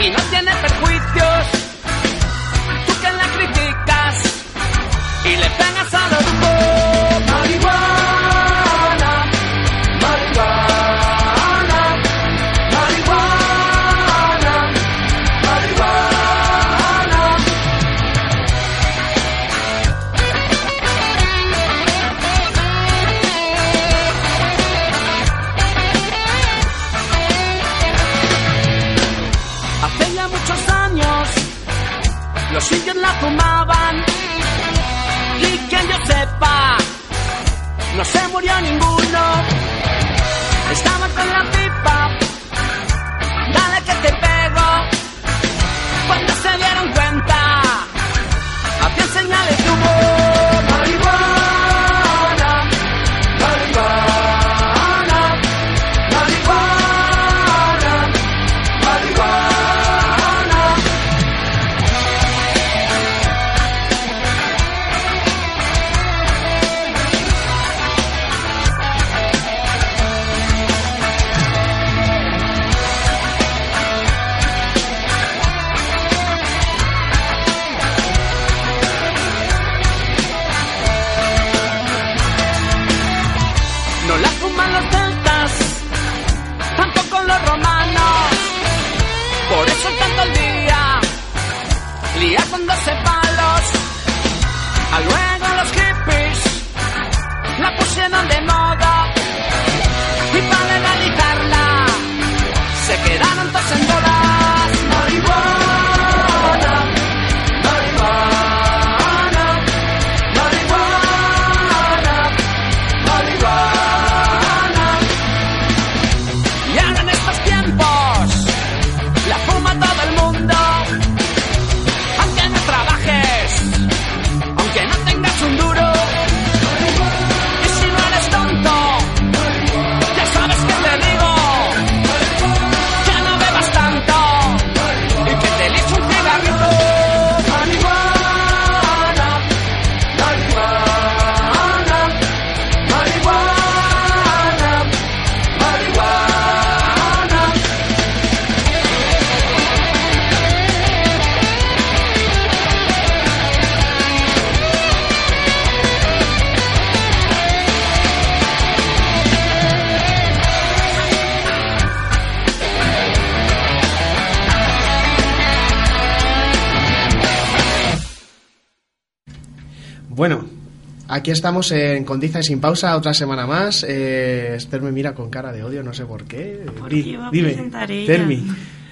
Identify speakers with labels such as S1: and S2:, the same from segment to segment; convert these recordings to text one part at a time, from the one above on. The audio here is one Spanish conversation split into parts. S1: y no tiene perjuicios. Tú que la criticas y le pegas al orgullo. Marihuana, marihuana, marihuana, marihuana. Hace ya muchos años los indios la fumaban y que yo sepa no se murió ninguno. Estaban con la pipa, dale que te pego. Cuando se dieron cuenta, habían señales de humo. Marihuana, marihuana, marihuana. Marihuana. No la fuman los celtas, tampoco los romanos. Por eso tanto el día, lía con 12 palos. A luego los hippies la pusieron de moda. Y para legalizarla, se quedaron todos en bodas. Marihuana, marihuana, marihuana. Marihuana. Y ahora en estos tiempos la fuma todo el mundo. Aunque no trabajes, aunque no tengas un duro. Y si no eres tonto, ya sabes que te digo. Ya no bebas tanto y que te eches un cigarrito. Marihuana, marihuana. Marihuana, marihuana.
S2: Bueno, aquí estamos en Condiza y sin pausa otra semana más. Eh, Esther me mira con cara de odio, no sé por qué.
S3: ¿Por
S2: Di-
S3: qué iba a
S2: dime,
S3: presentar ella?
S2: Termi.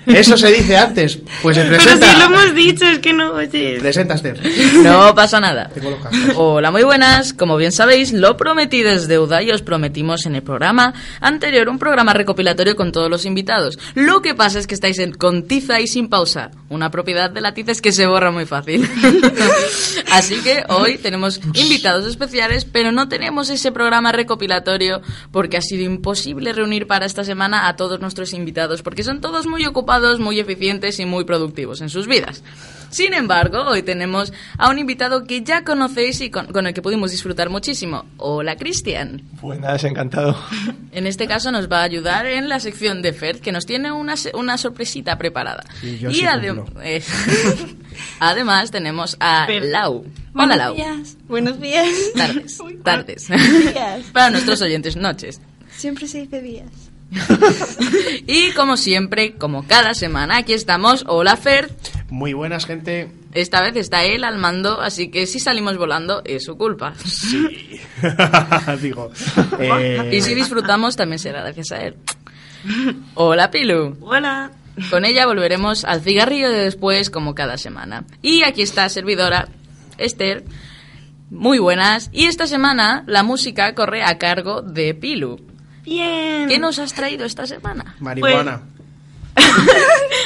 S2: Eso se dice antes. Pues se
S3: Pero
S2: presenta.
S3: si lo hemos dicho, es que no oyes.
S2: Presenta, Esther.
S4: No pasa nada.
S2: Te coloca. Esther.
S4: Hola, muy buenas. Como bien sabéis, lo prometido es deuda y os prometimos en el programa anterior un programa recopilatorio con todos los invitados. Lo que pasa es que estáis en, con tiza y sin pausa. Una propiedad de la tiza es que se borra muy fácil. Así que hoy tenemos invitados especiales, pero no tenemos ese programa recopilatorio porque ha sido imposible reunir para esta semana a todos nuestros invitados porque son todos muy ocupados, muy eficientes y muy productivos en sus vidas. Sin embargo, hoy tenemos a un invitado que ya conocéis y con, con el que pudimos disfrutar muchísimo. Hola, Cristian.
S5: Buenas, encantado.
S4: En este caso nos va a ayudar en la sección de Ferd, que nos tiene una, se- una sorpresita preparada.
S2: Y yo sí
S4: adem-
S2: cumplo.
S4: eh, además tenemos a
S3: Fer.
S4: Lau. Hola, Lau.
S6: días. Buenos días.
S4: Tardes,
S6: Uy,
S4: tardes.
S6: buenos días.
S4: Para nuestros oyentes, noches.
S6: Siempre se dice días.
S4: Y como siempre, como cada semana, aquí estamos. Hola, Ferd.
S2: Muy buenas, gente.
S4: Esta vez está él al mando, así que si salimos volando es su culpa.
S2: Digo. eh,
S4: Y si disfrutamos también será gracias a él. Hola Pilu.
S3: Hola.
S4: Con ella volveremos al cigarrillo de después como cada semana. Y aquí está servidora Esther. Muy buenas. Y esta semana la música corre a cargo de Pilu.
S3: Bien.
S4: ¿Qué nos has traído esta semana?
S2: Marihuana.
S3: Pues,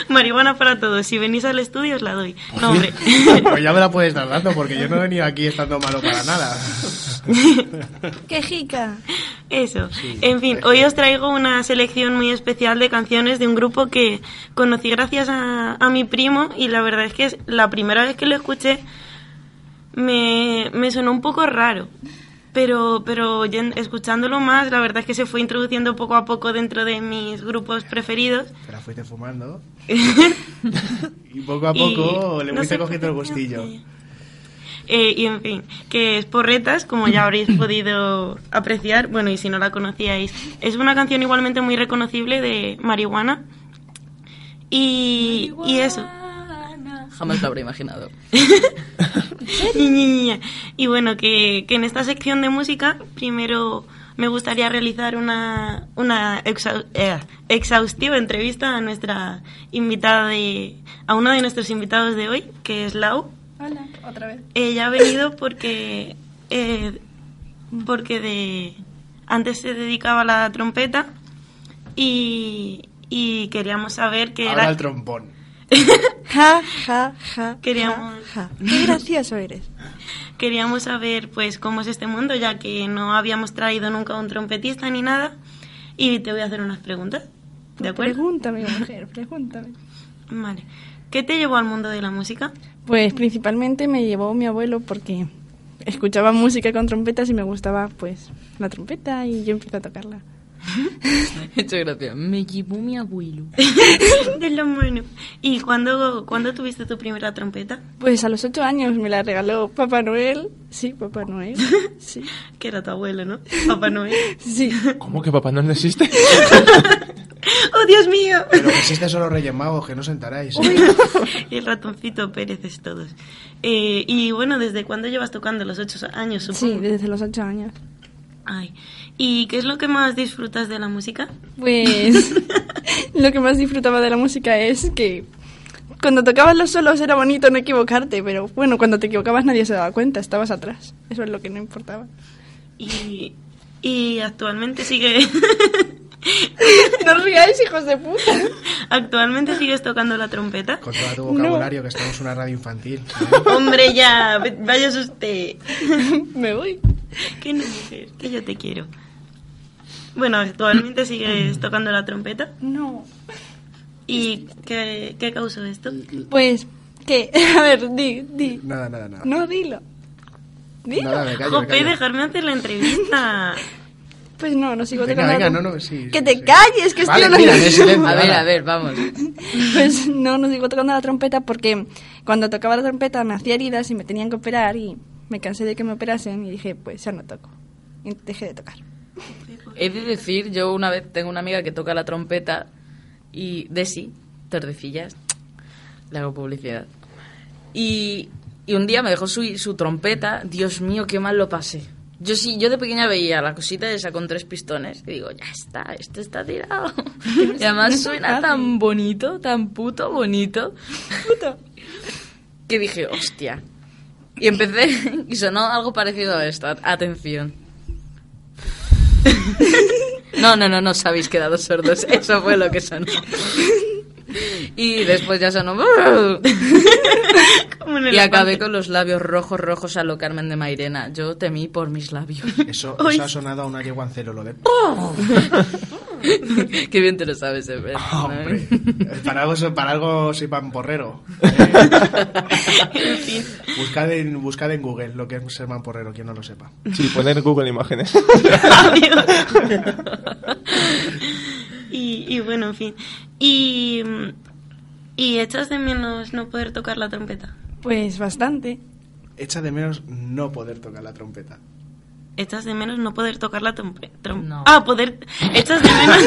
S3: Marihuana para todos. Si venís al estudio os la doy. No, hombre.
S2: Pues ya me la puedes estar dando porque yo no he venido aquí estando malo para nada.
S6: Quejica.
S3: Eso. En fin, hoy os traigo una selección muy especial de canciones de un grupo que conocí gracias a, a mi primo y la verdad es que es la primera vez que lo escuché me, me sonó un poco raro. pero, pero oyen- escuchándolo más, la verdad es que se fue introduciendo poco a poco dentro de mis grupos preferidos.
S2: Te la fuiste fumando. y poco a poco
S3: Y
S2: le
S3: no
S2: fuiste
S3: sé por
S2: cogiendo el
S3: qué
S2: gustillo.
S3: creo que- Eh, y en fin, que Esporretas, como ya habréis podido apreciar, bueno, y si no la conocíais, es una canción igualmente muy reconocible de Marihuana. Y, y eso.
S4: Jamás lo habría imaginado.
S3: Ñi, ñi, ñi, ñi. y bueno, que, que en esta sección de música, primero me gustaría realizar una, una exa- eh, exhaustiva entrevista a nuestra invitada de, a uno de nuestros invitados de hoy, que es Lau.
S7: Hola, otra vez.
S3: Ella ha venido porque, eh, porque de, antes se dedicaba a la trompeta y, y queríamos saber qué
S2: Ahora
S3: era...
S2: el trombón.
S7: Ja, ja, ja.
S3: Queríamos-
S7: Ja, ja. Qué gracioso eres.
S3: Queríamos saber pues cómo es este mundo, ya que no habíamos traído nunca un trompetista ni nada. Y te voy a hacer unas preguntas. ¿De acuerdo?
S7: Pregúntame, mujer, pregúntame.
S3: Vale. ¿Qué te llevó al mundo de la música?
S8: Pues principalmente me llevó mi abuelo porque escuchaba música con trompetas y me gustaba pues la trompeta y yo empecé a tocarla.
S4: Muchas gracias. Me llevó mi abuelo.
S3: de lo bueno. ¿Y cuándo, cuándo tuviste tu primera trompeta?
S8: Pues a los ocho años me la regaló Papá Noel. Sí, Papá Noel. Sí.
S3: Que era tu abuelo, ¿no? Papá Noel.
S8: Sí.
S9: ¿Cómo que papá no existe?
S3: ¡Oh, Dios mío!
S2: Pero que existe solo Reyes Magos, que no os sentaráis. ¿eh?
S3: Y el ratoncito Pérez es todos. Eh, y bueno, ¿desde cuándo llevas tocando? Los ocho años,
S8: Sí,
S3: supongo.
S8: desde los ocho años.
S3: Ay. ¿Y qué es lo que más disfrutas de la música?
S8: Pues lo que más disfrutaba de la música es que cuando tocabas los solos era bonito no equivocarte, pero bueno, cuando te equivocabas nadie se daba cuenta, estabas atrás. Eso es lo que no importaba.
S3: Y, y actualmente sigue
S8: No os riáis, hijos de puta.
S3: actualmente sigues tocando la trompeta.
S2: Con todo tu
S8: No.
S2: vocabulario, que estamos en una radio infantil.
S3: Hombre, ya, ve- vayas usted.
S8: Me voy.
S3: Que no, mujer, que yo te quiero. Bueno, actualmente sigues tocando la trompeta.
S8: No.
S3: ¿Y qué, qué causó esto?
S8: Pues, ¿qué? A ver, di, di.
S2: Nada, nada, nada.
S8: No, dilo. Dilo.
S2: Nada, me callo, me
S3: Jope,
S2: callo.
S3: dejarme hacer la entrevista.
S8: Pues no, no sigo
S2: Venga,
S8: tocando
S2: venga,
S8: la
S2: no,
S8: trom-
S2: no, sí.
S8: Que
S2: sí,
S8: te
S2: sí.
S8: calles, que
S2: Vale,
S8: estoy hablando
S2: mira, en silencio,
S4: A ver,
S2: ahora.
S4: a ver, vamos.
S8: Pues no, no sigo tocando la trompeta porque cuando tocaba la trompeta me hacía heridas y me tenían que operar y me cansé de que me operasen y dije, pues ya no toco. Y dejé de tocar.
S4: He de decir, yo una vez tengo una amiga que toca la trompeta y Desi, Tordecillas, le hago publicidad. Y, y un día me dejó su, su trompeta, Dios mío, qué mal lo pasé. Yo sí, yo de pequeña veía la cosita esa con tres pistones y digo, ya está, esto está tirado. Y
S8: no
S4: además
S8: es
S4: suena
S8: fácil.
S4: tan bonito, tan puto bonito, que dije, hostia. Y empecé y sonó algo parecido a esto. Atención. No, no, no, no os habéis quedado sordos. Eso fue lo que sonó. Y después ya sonó.
S3: Como en el
S4: Y acabé
S3: elefante.
S4: con los labios rojos, rojos a lo Carmen de Mairena. Yo temí por mis labios.
S2: Eso,
S3: Uy.
S2: eso ha sonado a una yegua en celo, lo de...
S4: Qué bien te lo sabes, eh, Ever.
S2: Hombre, Eh, para algo, so- para algo soy mamporrero.
S3: En fin.
S2: Buscad en, buscad en Google lo que es ser mamporrero, quien no lo sepa.
S9: Sí, poner Google Imágenes.
S3: Adiós. y, y bueno, en fin. Y, y echas de menos no poder tocar la trompeta.
S8: Pues bastante.
S2: Echa de menos no poder tocar la trompeta.
S3: Echas de menos no poder tocar la trompeta.
S4: No.
S3: Ah, poder. Echas de menos.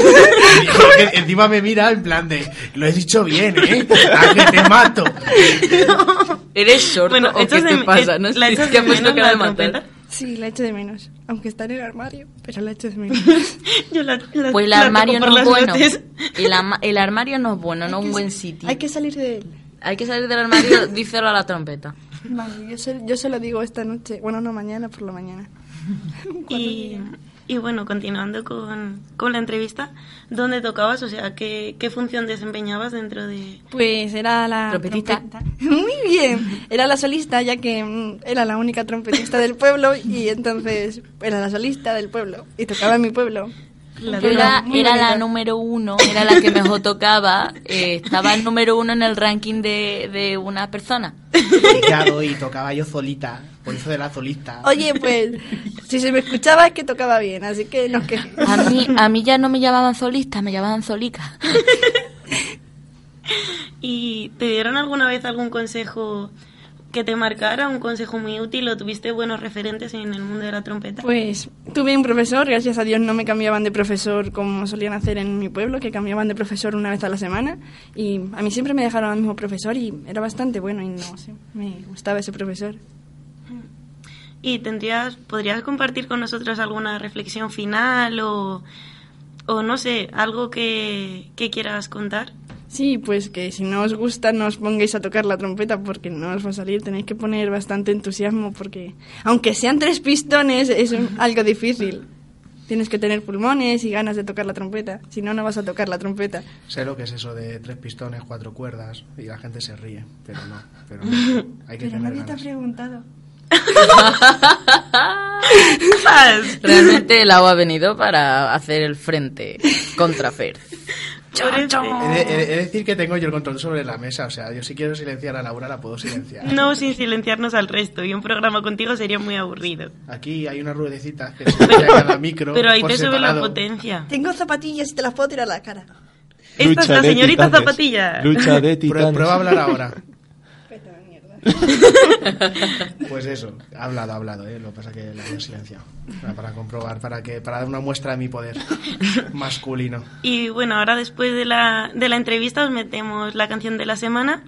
S2: Porque encima me mira en plan de, lo he dicho bien, ¿eh? A que te mato.
S4: ¿Eres sordo
S3: Bueno,
S4: o qué
S3: echas de
S4: te
S3: me-
S4: pasa? ¿No
S3: eh, la
S4: Es
S3: echas
S4: que
S3: de
S4: has puesto
S3: menos
S4: cara
S3: la
S4: de matar.
S3: trompeta.
S8: Sí, la echo de menos. Aunque está en el armario, pero la echo de menos.
S3: Yo la, la-
S4: Pues el
S3: la toco
S4: armario
S3: por
S4: no es
S3: las
S4: bueno.
S3: noches.
S4: El, ama- el armario no es bueno, no es un buen sitio.
S8: Hay que salir de él.
S4: Hay que salir del armario, díselo a la trompeta.
S8: Vale, yo se, yo se lo digo esta noche. Bueno, no, mañana por la mañana.
S3: Y, y bueno, continuando con, con la entrevista, ¿dónde tocabas? O sea, ¿qué, qué función desempeñabas dentro de...?
S8: Pues era la
S4: Trompetista.
S8: trompeta. Muy bien. Era la solista, ya que mm, era la única trompetista del pueblo y entonces era la solista del pueblo y tocaba en mi pueblo.
S3: La
S4: Yo
S8: Pero
S4: era,
S8: muy
S4: era la
S8: bonito.
S4: número uno, era la que mejor tocaba, eh, estaba el número uno en el ranking de, de una persona.
S2: Y claro, y tocaba yo solita. Por eso de la solista.
S8: Oye, pues, si se me escuchaba es que tocaba bien, así que no que.
S4: A mí, a mí ya no me llamaban solista, me llamaban solica.
S3: ¿Y te dieron alguna vez algún consejo que te marcara, un consejo muy útil o tuviste buenos referentes en el mundo de la trompeta?
S8: Pues tuve un profesor, gracias a Dios no me cambiaban de profesor como solían hacer en mi pueblo, que cambiaban de profesor una vez a la semana. Y a mí siempre me dejaron al mismo profesor y era bastante bueno y no sé, me gustaba ese profesor.
S3: ¿Y tendrías, podrías compartir con nosotros alguna reflexión final o, o no sé, algo que, que quieras contar?
S8: Sí, pues que si no os gusta no os pongáis a tocar la trompeta porque no os va a salir, tenéis que poner bastante entusiasmo porque aunque sean tres pistones es un- algo difícil. Tienes que tener pulmones y ganas de tocar la trompeta, si no, no vas a tocar la trompeta.
S2: Sé lo que es eso de tres pistones, cuatro cuerdas y la gente se ríe, pero no. Pero no. Hay que
S6: Pero
S2: tener
S6: nadie te ha
S2: ganas.
S6: preguntado.
S10: Realmente el agua ha venido para hacer el frente contra Fer.
S3: Pobre
S2: He de, he de- he de decir que tengo yo el control sobre la mesa, o sea, yo si quiero silenciar a Laura la puedo silenciar.
S3: Fer. No sin silenciarnos al resto y un programa contigo sería muy aburrido.
S2: Aquí hay unas ruedecitas que se pone a cada micro.
S3: Pero ahí
S2: por
S3: te sube la
S2: separado.
S3: potencia.
S8: Tengo zapatillas y te las puedo tirar a la cara.
S3: Esta es la
S9: de
S3: señorita
S9: titanes.
S3: Zapatilla.
S9: Lucha de
S2: Prue-
S9: titanes.
S2: prueba a hablar ahora. Pues eso, ha hablado, ha hablado, ¿eh? lo que pasa es que la he silenciado. Para, para comprobar, para que para dar una muestra de mi poder masculino.
S3: Y bueno, ahora después de la, de la entrevista os metemos la canción de la semana,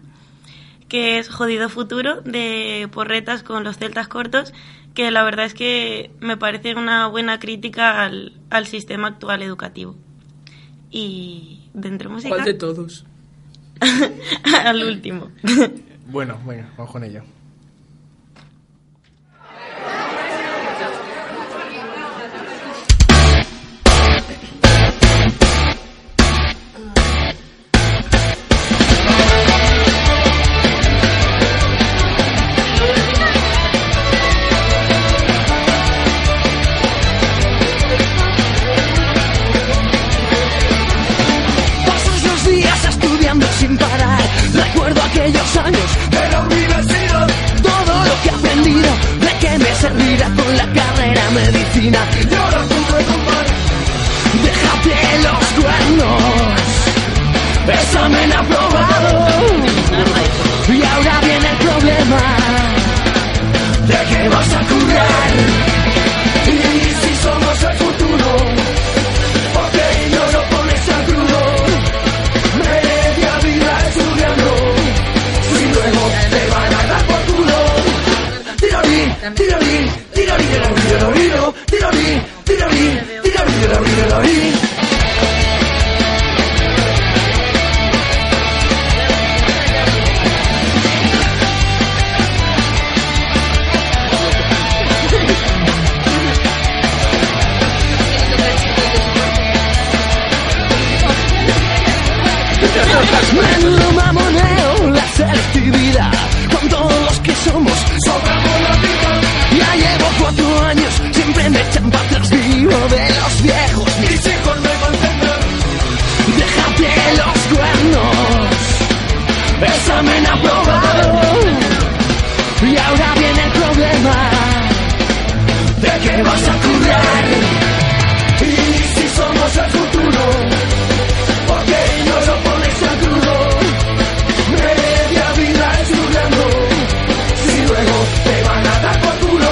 S3: que es Jodido Futuro, de Porretas con los Celtas Cortos, que la verdad es que me parece una buena crítica al, al sistema actual educativo. Y dentro música
S10: todos?
S3: al último.
S2: Bueno, venga, vamos con ello.
S1: Pasas los días estudiando sin parar. Recuerdo aquellos años de la universidad. Todo lo que he aprendido, de qué me servirá con la carrera medicina. Y ahora tú comprar. Déjate los cuernos. Examen aprobado. Y ahora viene el problema. ¿De qué vas a curar? Y si somos el futuro. Porque no lo pones al crudo Media vida estudiando Si luego te van a dar por culo Tirorín, tirorín, tirorín, tirorín, tirorín, tirorín, tirorín, tirorín, tirorín, tirorín. Menudo mamoneo, la selectividad Con todos los que somos, sobramos la vida Ya llevo cuatro años, siempre me echan para atrás Vivo de los viejos, mis hijos me contemplan Déjate los cuernos Examen aprobado Y ahora viene el problema ¿De qué vas a curar? Y si somos el futuro porque no lo pones a crudo. Media vida estudiando, si luego te van a dar por culo.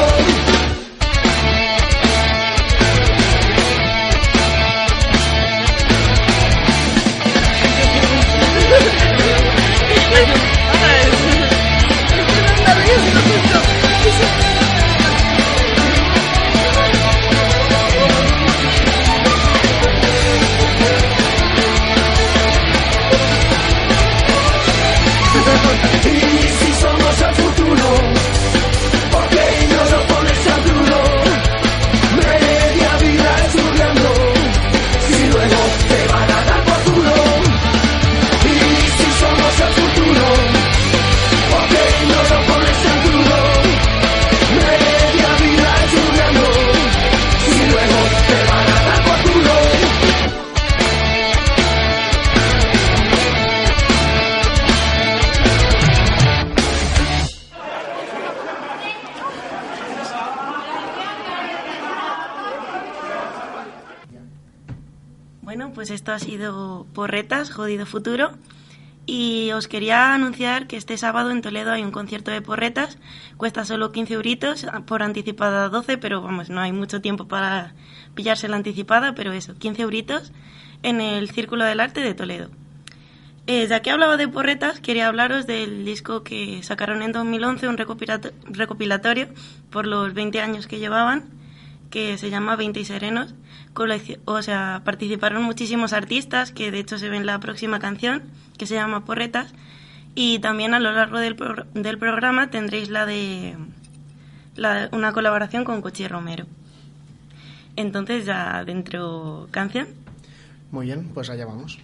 S3: Bueno, pues esto ha sido Porretas, Jodido Futuro. Y os quería anunciar que este sábado en Toledo hay un concierto de porretas. Cuesta solo 15 euritos, por anticipada 12, pero vamos, no hay mucho tiempo para pillarse la anticipada, pero eso, 15 euritos en el Círculo del Arte de Toledo. Eh, ya que hablaba de porretas, quería hablaros del disco que sacaron en 2011, un recopilato- recopilatorio por los 20 años que llevaban, que se llama 20 y Serenos. Colec- O sea, participaron muchísimos artistas, que de hecho se ve en la próxima canción, que se llama Porretas. Y también a lo largo del, progr- del programa tendréis la de la- una colaboración con Cochi Romero. Entonces ya dentro canción.
S2: Muy bien, pues allá vamos.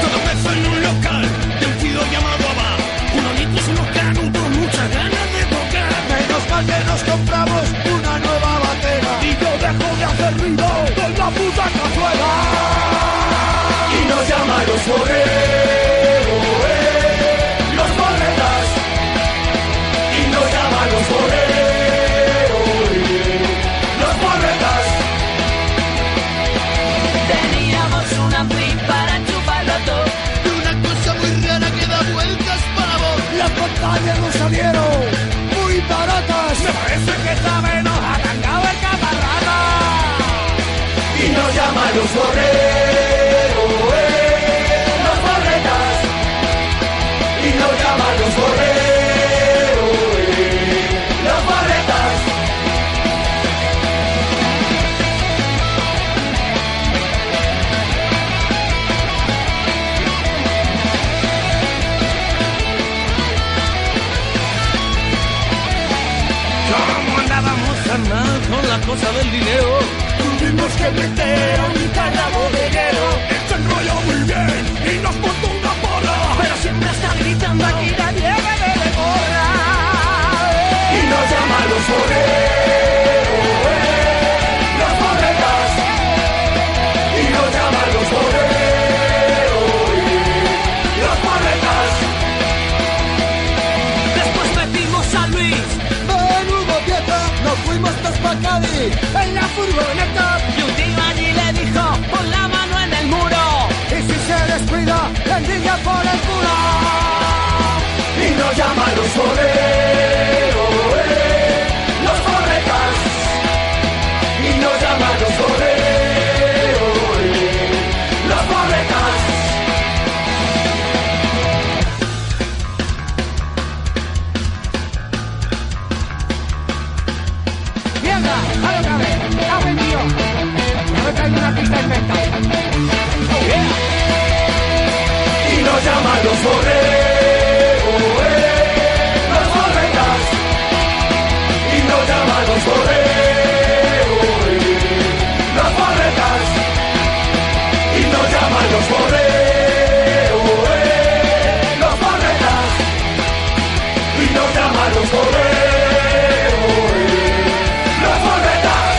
S1: Todo empezó en un local de un tío llamado Abba. Unos litros, unos canutos, muchas ganas de tocar. Menos mal que nos compramos una nueva batera. Y yo dejo de hacer ruido con la puta cazuela. Y nos llaman los borreros, eh, los borretas. Y nos llaman los borreros, eh, los borretas.
S11: Teníamos una pipa para chuparlo todo.
S1: una cosa muy rara que da vueltas para vos. Las pantallas nos salieron muy baratas. Me parece que esta vez nos ha arrancado el caparrata. Y nos llaman los borreros, eh, los borretas. Y nos llaman los borreros, eh, los borretas. Como andábamos tan mal con la cosa del dinero Tuvimos que meter a un carajo de dinero Este enrolló muy bien y nos puso una porra Pero siempre está gritando aquí nadie me debe porra Y nos llaman los borreros eh, Los borretas Y nos llaman los borreros eh, Los borretas Después metimos a Luis En Hugo Dieta Nos fuimos dos pa' Cádiz En la furgoneta Y un tío allí le dijo Pon la mano en el muro Y si se descuida Le niño por el culo Y nos llaman los boleros eh, Los borrecas Y nos llaman los boleros eh, Los borrecas ¡Mierda! ¡Dale otra vez! ¡Dame mío! ¡Ya me traigo una pista infecta! Oh, yeah. Y nos llaman los borregos, eh, los borretas. Y nos llaman los borregos, eh, los borretas. Y nos llaman los borregos, eh, los borretas. Y nos llaman los borregos, eh, ¡Los borretas!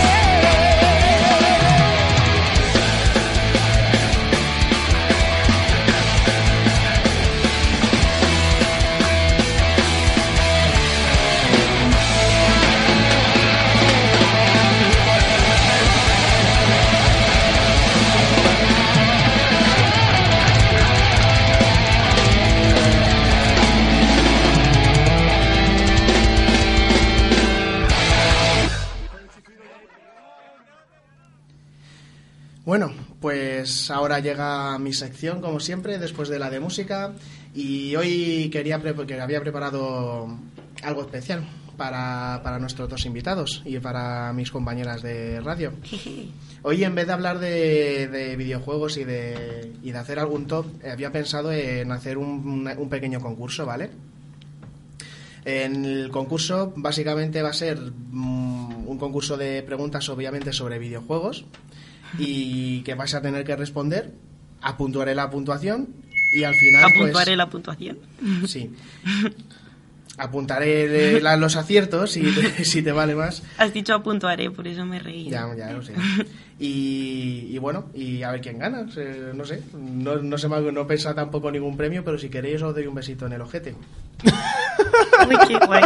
S2: Bueno, pues ahora llega mi sección, como siempre, después de la de música. Y hoy quería pre- que había preparado algo especial para, para nuestros dos invitados y para mis compañeras de radio. Hoy, en vez de hablar de, de videojuegos y de, y de hacer algún top, eh, había pensado en hacer un- una- un pequeño concurso, ¿vale? En el concurso básicamente va a ser mm, un concurso de preguntas obviamente sobre videojuegos y que vais a tener que responder. Apuntuaré la puntuación y al final pues,
S3: Apuntaré la puntuación.
S2: Sí. Apuntaré eh, la- los aciertos si te- si te vale más.
S3: Has dicho apuntuaré, por eso me reí.
S2: Ya, ya, lo sé. Y, y bueno, y a ver quién gana. eh, No sé, no, no se me, ha- no pensa tampoco ningún premio, pero si queréis os doy un besito en el ojete.
S3: Uy, qué guay.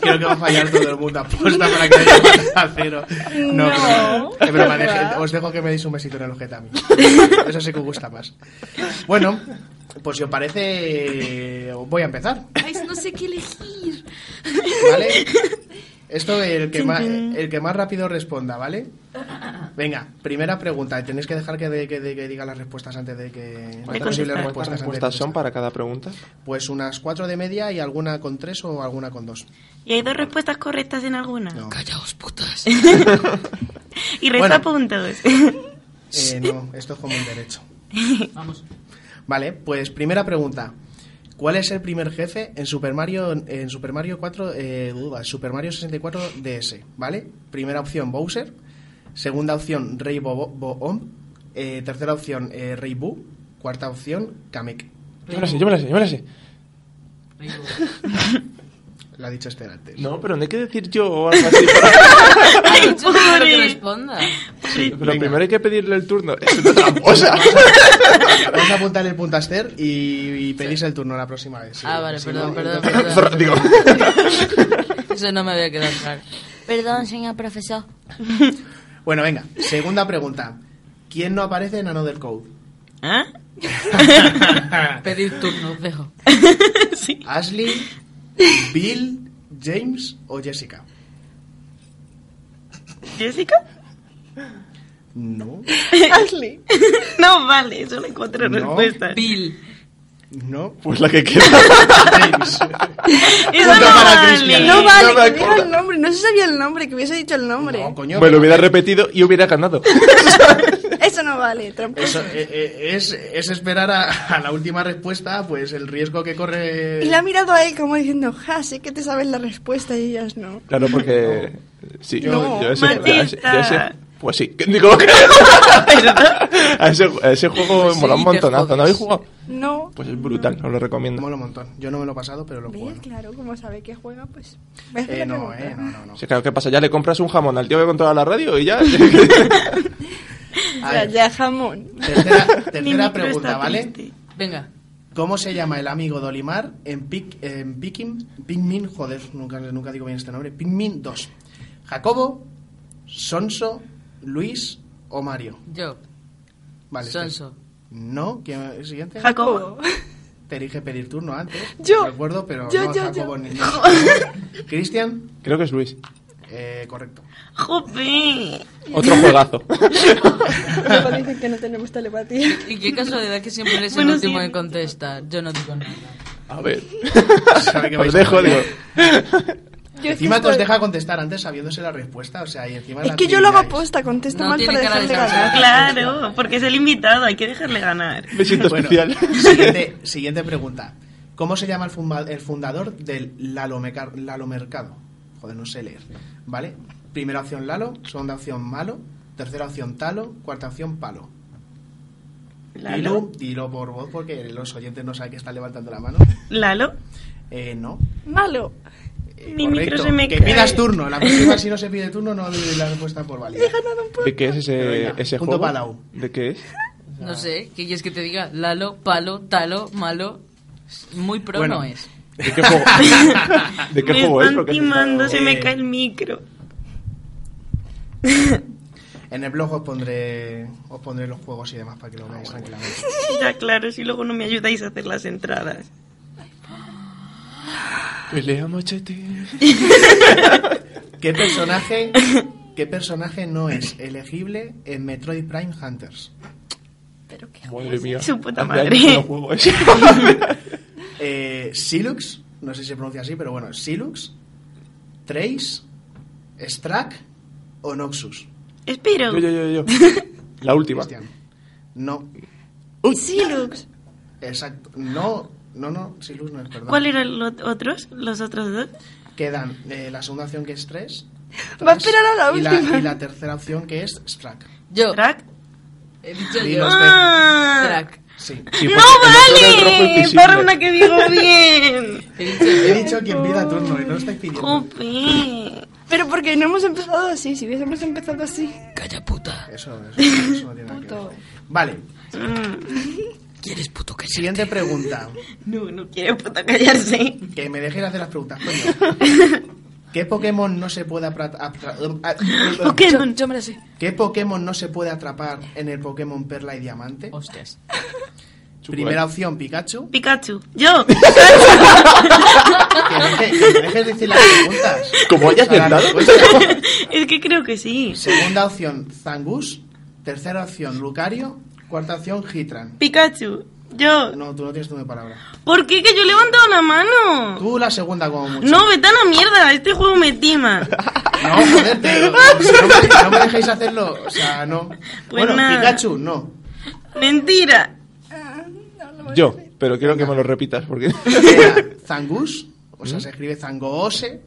S2: Creo que va a fallar todo el mundo apuesta para que haya a cero. No,
S8: No.
S2: pero- que me lo maneje. Os dejo que me deis un besito en el ojete a mí. Eso sí que gusta más. Bueno, pues si os parece, voy a empezar.
S4: Ay, no sé qué elegir.
S2: ¿Vale? Esto del que más, el que más rápido responda, ¿vale? Venga, primera pregunta. Tenéis que dejar que, de- que de- que diga las respuestas antes de que... las posibles
S3: contestar.
S2: respuestas
S9: ¿Cuántas
S2: antes de
S9: respuestas son
S2: contestar.
S9: para cada pregunta?
S2: Pues unas cuatro de media y alguna con tres o alguna con dos.
S3: ¿Y hay dos respuestas correctas en alguna?
S2: No,
S10: Callaos, putas.
S3: Y resta
S2: Bueno.
S3: puntos.
S2: Eh, no, esto es como un derecho. Vale, pues primera pregunta. ¿Cuál es el primer jefe en Super Mario en Super Mario 4 eh, duda, Super Mario 64 DS, ¿vale? Primera opción Bowser, segunda opción Rey Bobo, Boom, eh, tercera opción eh, Rey Boo, cuarta opción Kamek.
S9: Yo me la sé, yo me la sé, yo me la sé.
S2: Lo ha dicho este antes.
S9: No, pero no hay que decir yo o algo así. para-
S3: Ay,
S10: Yo no creo que
S3: pobre.
S10: responda.
S9: Pero primero hay que pedirle el turno. Es una tramposa.
S2: Vamos a apuntar el punto a Esther y, y pedís el turno la próxima vez. sí,
S10: Ah, vale,
S2: si
S10: perdón,
S2: no,
S10: perdón,
S2: entonces-
S10: perdón.
S9: Zorra, Digo.
S10: Eso no me había quedado claro.
S4: Perdón, señor profesor.
S2: Bueno, venga, segunda pregunta. ¿Quién no aparece en Another Code?
S3: ¿Ah?
S10: Pedir turnos, dejo.
S3: Sí.
S2: ¿Ashley, Bill, James o Jessica?
S3: ¿Jessica?
S2: No,
S8: Ashley.
S3: No, vale, solo hay cuatro
S2: No.
S3: respuestas.
S10: Bill.
S2: no,
S9: Pues la que queda.
S2: James.
S3: Eso no
S2: Punto para
S3: vale.
S2: Cristian.
S8: No vale,
S9: No me
S8: que diga
S9: acuerdo.
S8: el nombre. No se sabía el nombre, que hubiese dicho el nombre.
S2: No, coño.
S9: Me lo hubiera repetido y hubiera ganado.
S8: Eso no vale,
S2: Eso,
S8: tramposo.
S2: eh, eh, es, es esperar a, a la última respuesta, pues el riesgo que corre...
S8: Y la ha mirado a él como diciendo, ja, sé que te sabes la respuesta y ellas no.
S9: Claro, porque. Sí,
S8: No,
S9: yo ese,
S3: maldita.
S9: a ese- yo ese- Pues sí, digo que. a, ese, a ese juego
S10: Pues sí,
S9: mola un
S10: te
S9: montonazo.
S10: jodes.
S9: ¿No habéis jugado?
S8: No.
S9: Pues es brutal, os lo recomiendo.
S2: Mola un montón. Yo no me lo he pasado, pero lo
S8: ¿Ves?
S2: juego.
S8: Claro, como sabe que juega, pues...
S2: Eh, no, eh, no, no, no.
S9: Sí, claro, ¿qué pasa? Ya le compras un jamón al tío que controla la radio y ya.
S2: A
S8: Ya,
S2: ver,
S8: ya, jamón.
S2: tercera tercera
S3: Mi micro
S2: pregunta,
S3: está
S2: ¿vale?
S3: triste.
S10: Venga.
S2: ¿Cómo se llama el amigo de Olimar en, Pic, en Pikin, Pikmin? Joder, nunca, nunca digo bien este nombre. Pikmin 2. ¿Jacobo, Sonso, Luis o Mario?
S10: Yo.
S2: Vale, espera.
S10: Sonso.
S2: No, ¿quién es el siguiente?
S3: Jacobo.
S2: Te dije pedir turno antes.
S8: Yo.
S2: No recuerdo, pero
S8: Yo,
S2: no,
S8: yo,
S2: Jacobo
S8: yo.
S2: ni- no. Cristian,
S9: Creo que es Luis.
S2: eh, correcto.
S3: Jope.
S9: Otro juegazo.
S8: Luego dicen que no tenemos telepatía.
S10: Y qué casualidad que siempre eres el
S3: Bueno,
S10: último
S3: sí.
S10: en contestar. Yo no digo nada.
S9: A ver.
S2: Sabe que vais
S9: Os
S2: a
S9: dejo, digo.
S2: perder.
S8: Yo es que
S2: Encima te os
S8: estoy-
S2: deja contestar antes sabiéndose la respuesta. O sea, y encima
S8: Es
S2: la
S8: que yo lo hago
S2: adivináis.
S8: aposta, contesto
S10: No
S8: mal
S10: tiene
S8: para
S10: cara de
S8: dejar de
S10: cansado.
S8: ganar.
S3: Claro, porque es el invitado, hay que dejarle ganar.
S9: Besito
S2: Bueno,
S9: especial.
S2: Siguiente, siguiente pregunta. ¿Cómo se llama el, funda- el fundador del Lalomecar- Lalomercado? Joder, no sé leer. ¿Vale? Primera opción Lalo, segunda opción Malo, tercera opción Talo, cuarta opción Palo. Dilo,
S3: Lalo.
S2: dilo por voz porque los oyentes no saben que está levantando la mano.
S3: Lalo.
S2: Eh, no.
S8: Malo.
S2: Eh,
S3: Mi micro se me
S2: que
S3: cae.
S2: pidas turno. La próxima, si no se pide turno, no doy la respuesta por válida.
S9: ¿De qué es
S2: Pero
S9: ese,
S2: venga,
S9: ese
S2: punto
S9: juego?
S2: para la U.
S9: ¿De qué es?
S10: No sé, ¿qué quieres que te diga? Lalo, palo, talo, malo. Muy pro
S2: Bueno.
S10: no es.
S9: ¿De qué juego, ¿De qué
S3: me
S9: juego es?
S3: están
S9: Porque se
S3: timando,
S9: está-
S3: se me
S2: Eh.
S3: cae el micro.
S2: En el blog os pondré, os pondré los juegos y demás para que lo
S3: Ah,
S2: veáis tranquilamente.
S3: Ya claro, si luego no me ayudáis a hacer las entradas.
S9: Pelea machete.
S2: ¿Qué personaje, ¿Qué personaje no es elegible en Metroid Prime Hunters?
S9: Madre mía.
S3: Su puta
S9: Hace años
S3: madre.
S9: que no juego ese.
S2: Eh, Silux, no sé si se pronuncia así, pero bueno, Silux, Trace, Strack o Noxus.
S3: Espero.
S9: yo, yo, yo, yo. La última.
S2: Cristian. No,
S8: Silux.
S2: exacto, no, No, no, sin luz no es, perdón.
S3: ¿Cuáles eran los otros? ¿Los otros dos?
S2: Quedan eh, la segunda opción que es tres.
S8: Va a esperar a la
S2: y
S8: última.
S2: y la tercera opción que es Strack.
S10: Yo.
S3: ¿Track?
S10: He dicho
S2: Y
S10: yo.
S2: los de-
S3: Ah,
S10: Track.
S2: Sí.
S9: Sí,
S3: ¡No
S9: pues, el otro- el otro fue
S3: vale!
S9: invisible.
S3: Para una que digo bien.
S10: He dicho
S2: He
S10: yo.
S2: dicho quien pida turno y no lo estáis
S8: Oh.
S2: pidiendo.
S3: Jope.
S8: Pero porque no hemos empezado así, si hubiésemos empezado así.
S4: Calla puta.
S2: Eso, eso, eso no tiene nada que ver. Vale,
S4: ¿Quieres puto que sí?
S2: siguiente pregunta.
S3: Mm. No, no quiere puta callarse.
S2: Que me dejéis hacer las preguntas, coño. ¿Qué Pokémon no se puede apra- apra- a-
S3: Pokémon.
S4: Yo me la sé.
S2: ¿Qué Pokémon no se puede atrapar en el Pokémon Perla y Diamante?
S10: Hostias.
S2: Primera opción, Pikachu.
S3: Pikachu. Yo.
S2: Que me deje- que me dejes decir las preguntas.
S9: Como hayas
S2: O sea, las
S9: acertado.
S2: respuestas.
S3: es que creo que sí.
S2: Segunda opción, Zangus. Tercera opción, Lucario. Cuarta opción, Hitran.
S3: Pikachu. Yo.
S2: No, tú no tienes turno de palabra.
S3: ¿Por qué que yo he levantado la mano?
S2: Tú la segunda como mucho.
S3: No, vete a la mierda. Este juego me tima.
S2: No, joder, pero si no, me, no me dejéis hacerlo, o sea, no. bueno,
S3: Pues nada.
S2: Pikachu, no.
S3: Mentira.
S9: Yo, pero quiero que me lo repitas porque.
S2: Era Zangus, o sea, se escribe Zangoose,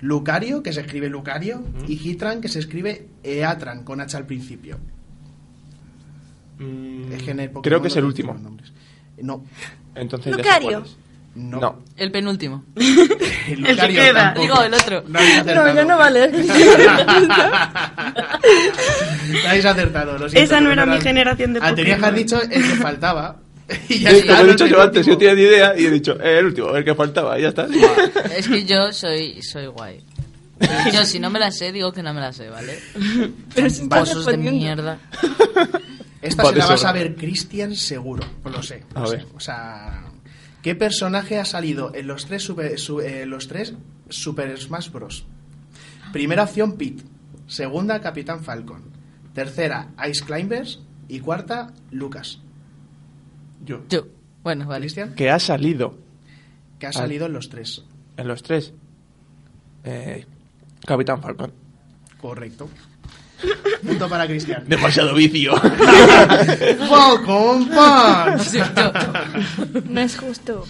S2: Lucario, que se escribe Lucario, y Hitran, que se escribe Eatran, con H al principio. Es que en el Pokémon
S9: Mm. Creo
S2: no
S9: que es el
S2: te
S9: último.
S2: dicen los nombres. No,
S9: Entonces ya sé
S8: Lucario.
S9: cuál es.
S2: no.
S9: No.
S10: El penúltimo.
S2: Lucario
S3: queda.
S2: tampoco.
S10: Digo, el otro.
S2: No, habéis
S8: No,
S2: acertado.
S8: ya no vale.
S2: No habéis acertado, lo siento,
S3: Esa no
S2: pero
S3: era mi
S2: eran-
S3: generación de
S2: Ah, tenías que haber
S3: Pokémon.
S2: dicho el que faltaba. Y ya
S9: Sí,
S2: está,
S9: como
S2: no
S9: he
S2: es
S9: dicho
S2: el
S9: yo antes,
S2: último.
S9: yo tenía ni idea y he dicho, eh, el último, el que faltaba, ya está.
S10: Es que yo soy, soy guay. Yo si no me la sé, digo que no me la sé, ¿vale?
S8: Pero si estás
S10: Vosos de
S8: respondiendo.
S10: mierda.
S2: Esta
S9: Va
S2: se
S9: de
S2: la vas
S9: sobra.
S2: a ver Cristian seguro, lo sé. lo
S9: A
S2: sé.
S9: ver.
S2: O sea, ¿qué personaje ha salido en los tres Super, su- eh, los tres super Smash Bros? Primera opción Pete, segunda Capitán Falcon, tercera Ice Climbers y cuarta Lucas.
S9: Yo.
S10: Yo. Bueno, vale.
S2: Cristian,
S9: Que ha salido
S2: que ha
S9: Ah.
S2: salido en los tres.
S9: en los tres. Eh, Capitán Falcon.
S2: Correcto. Punto para Cristian.
S9: Demasiado vicio.
S2: Falcon Punch.
S10: Sí, yo.
S8: No es justo.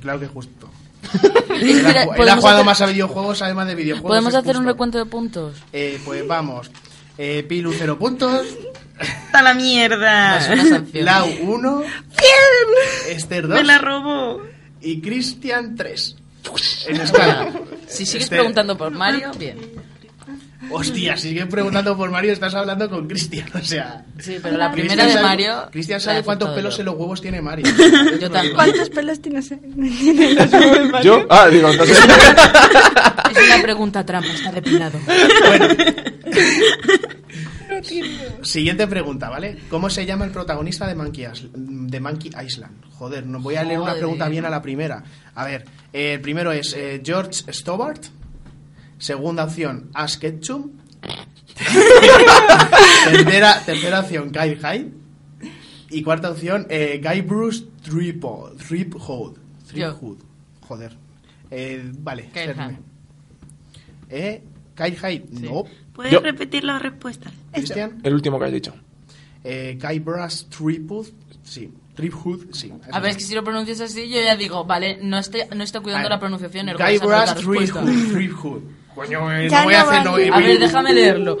S2: Claro que es justo. Él ha,
S10: Espera,
S2: ju- él ha
S10: ¿podemos
S2: jugado
S10: hacer-
S2: más a videojuegos, además de videojuegos.
S10: ¿Podemos
S2: es
S10: hacer un
S2: justo.
S10: recuento de puntos?
S2: Eh, pues vamos. Eh, Pilu 0 puntos,
S3: Hasta la mierda.
S2: Ah.
S10: Es una sanción.
S2: Lau 1, Esther
S3: Me la
S2: 2
S3: robó.
S2: y Cristian 3. En escala.
S10: Si sigues
S2: Este-
S10: preguntando por Mario, bien.
S2: Hostia, siguen preguntando por Mario, estás hablando con Cristian, o sea.
S10: Sí, pero la
S2: Cristian
S10: primera de
S2: sabe-
S10: Mario...
S2: Cristian
S10: la
S2: sabe
S10: he
S2: cuántos
S10: acertado
S2: pelos
S10: yo.
S2: en los huevos tiene Mario.
S10: Yo también.
S8: ¿Cuántos pelos tienes en los huevos de Mario?
S9: ¿Yo? Ah, digo, entonces.
S10: Es una pregunta trampa, está depilado.
S2: Siguiente pregunta, ¿vale? ¿Cómo se llama el protagonista de Monkey, Isl- de Monkey Island? Joder, no voy a leer una
S10: Joder.
S2: pregunta bien a la primera. A ver, eh, el primero es eh, George Stobart. Segunda opción, Ash Ketchum. tercera, tercera opción, Kyle Hyde. Y cuarta opción, eh, Guy Bruce Tripod. Tripod.
S10: Yo.
S2: Joder. Eh, vale,
S10: Kyle
S2: espérame.
S10: Hyde.
S2: ¿Eh? Kyle Hyde, no.
S3: ¿Puedes
S9: Yo.
S3: repetir las respuestas?
S2: Cristian.
S9: El último que has dicho.
S2: Eh, Guybrush Threepwood, sí. Threepwood, sí.
S10: A ver, es que si lo pronuncias así, yo ya digo, vale, no estoy, no estoy cuidando la pronunciación, ergo, esa es la
S2: Ah, Guybrush
S10: respuesta.
S2: Threepwood, Threepwood. Coño, eh,
S8: Ya
S2: no voy a
S8: no
S2: hacerlo.
S8: vale.
S2: eh,
S10: A
S2: voy-
S10: ver, déjame leerlo.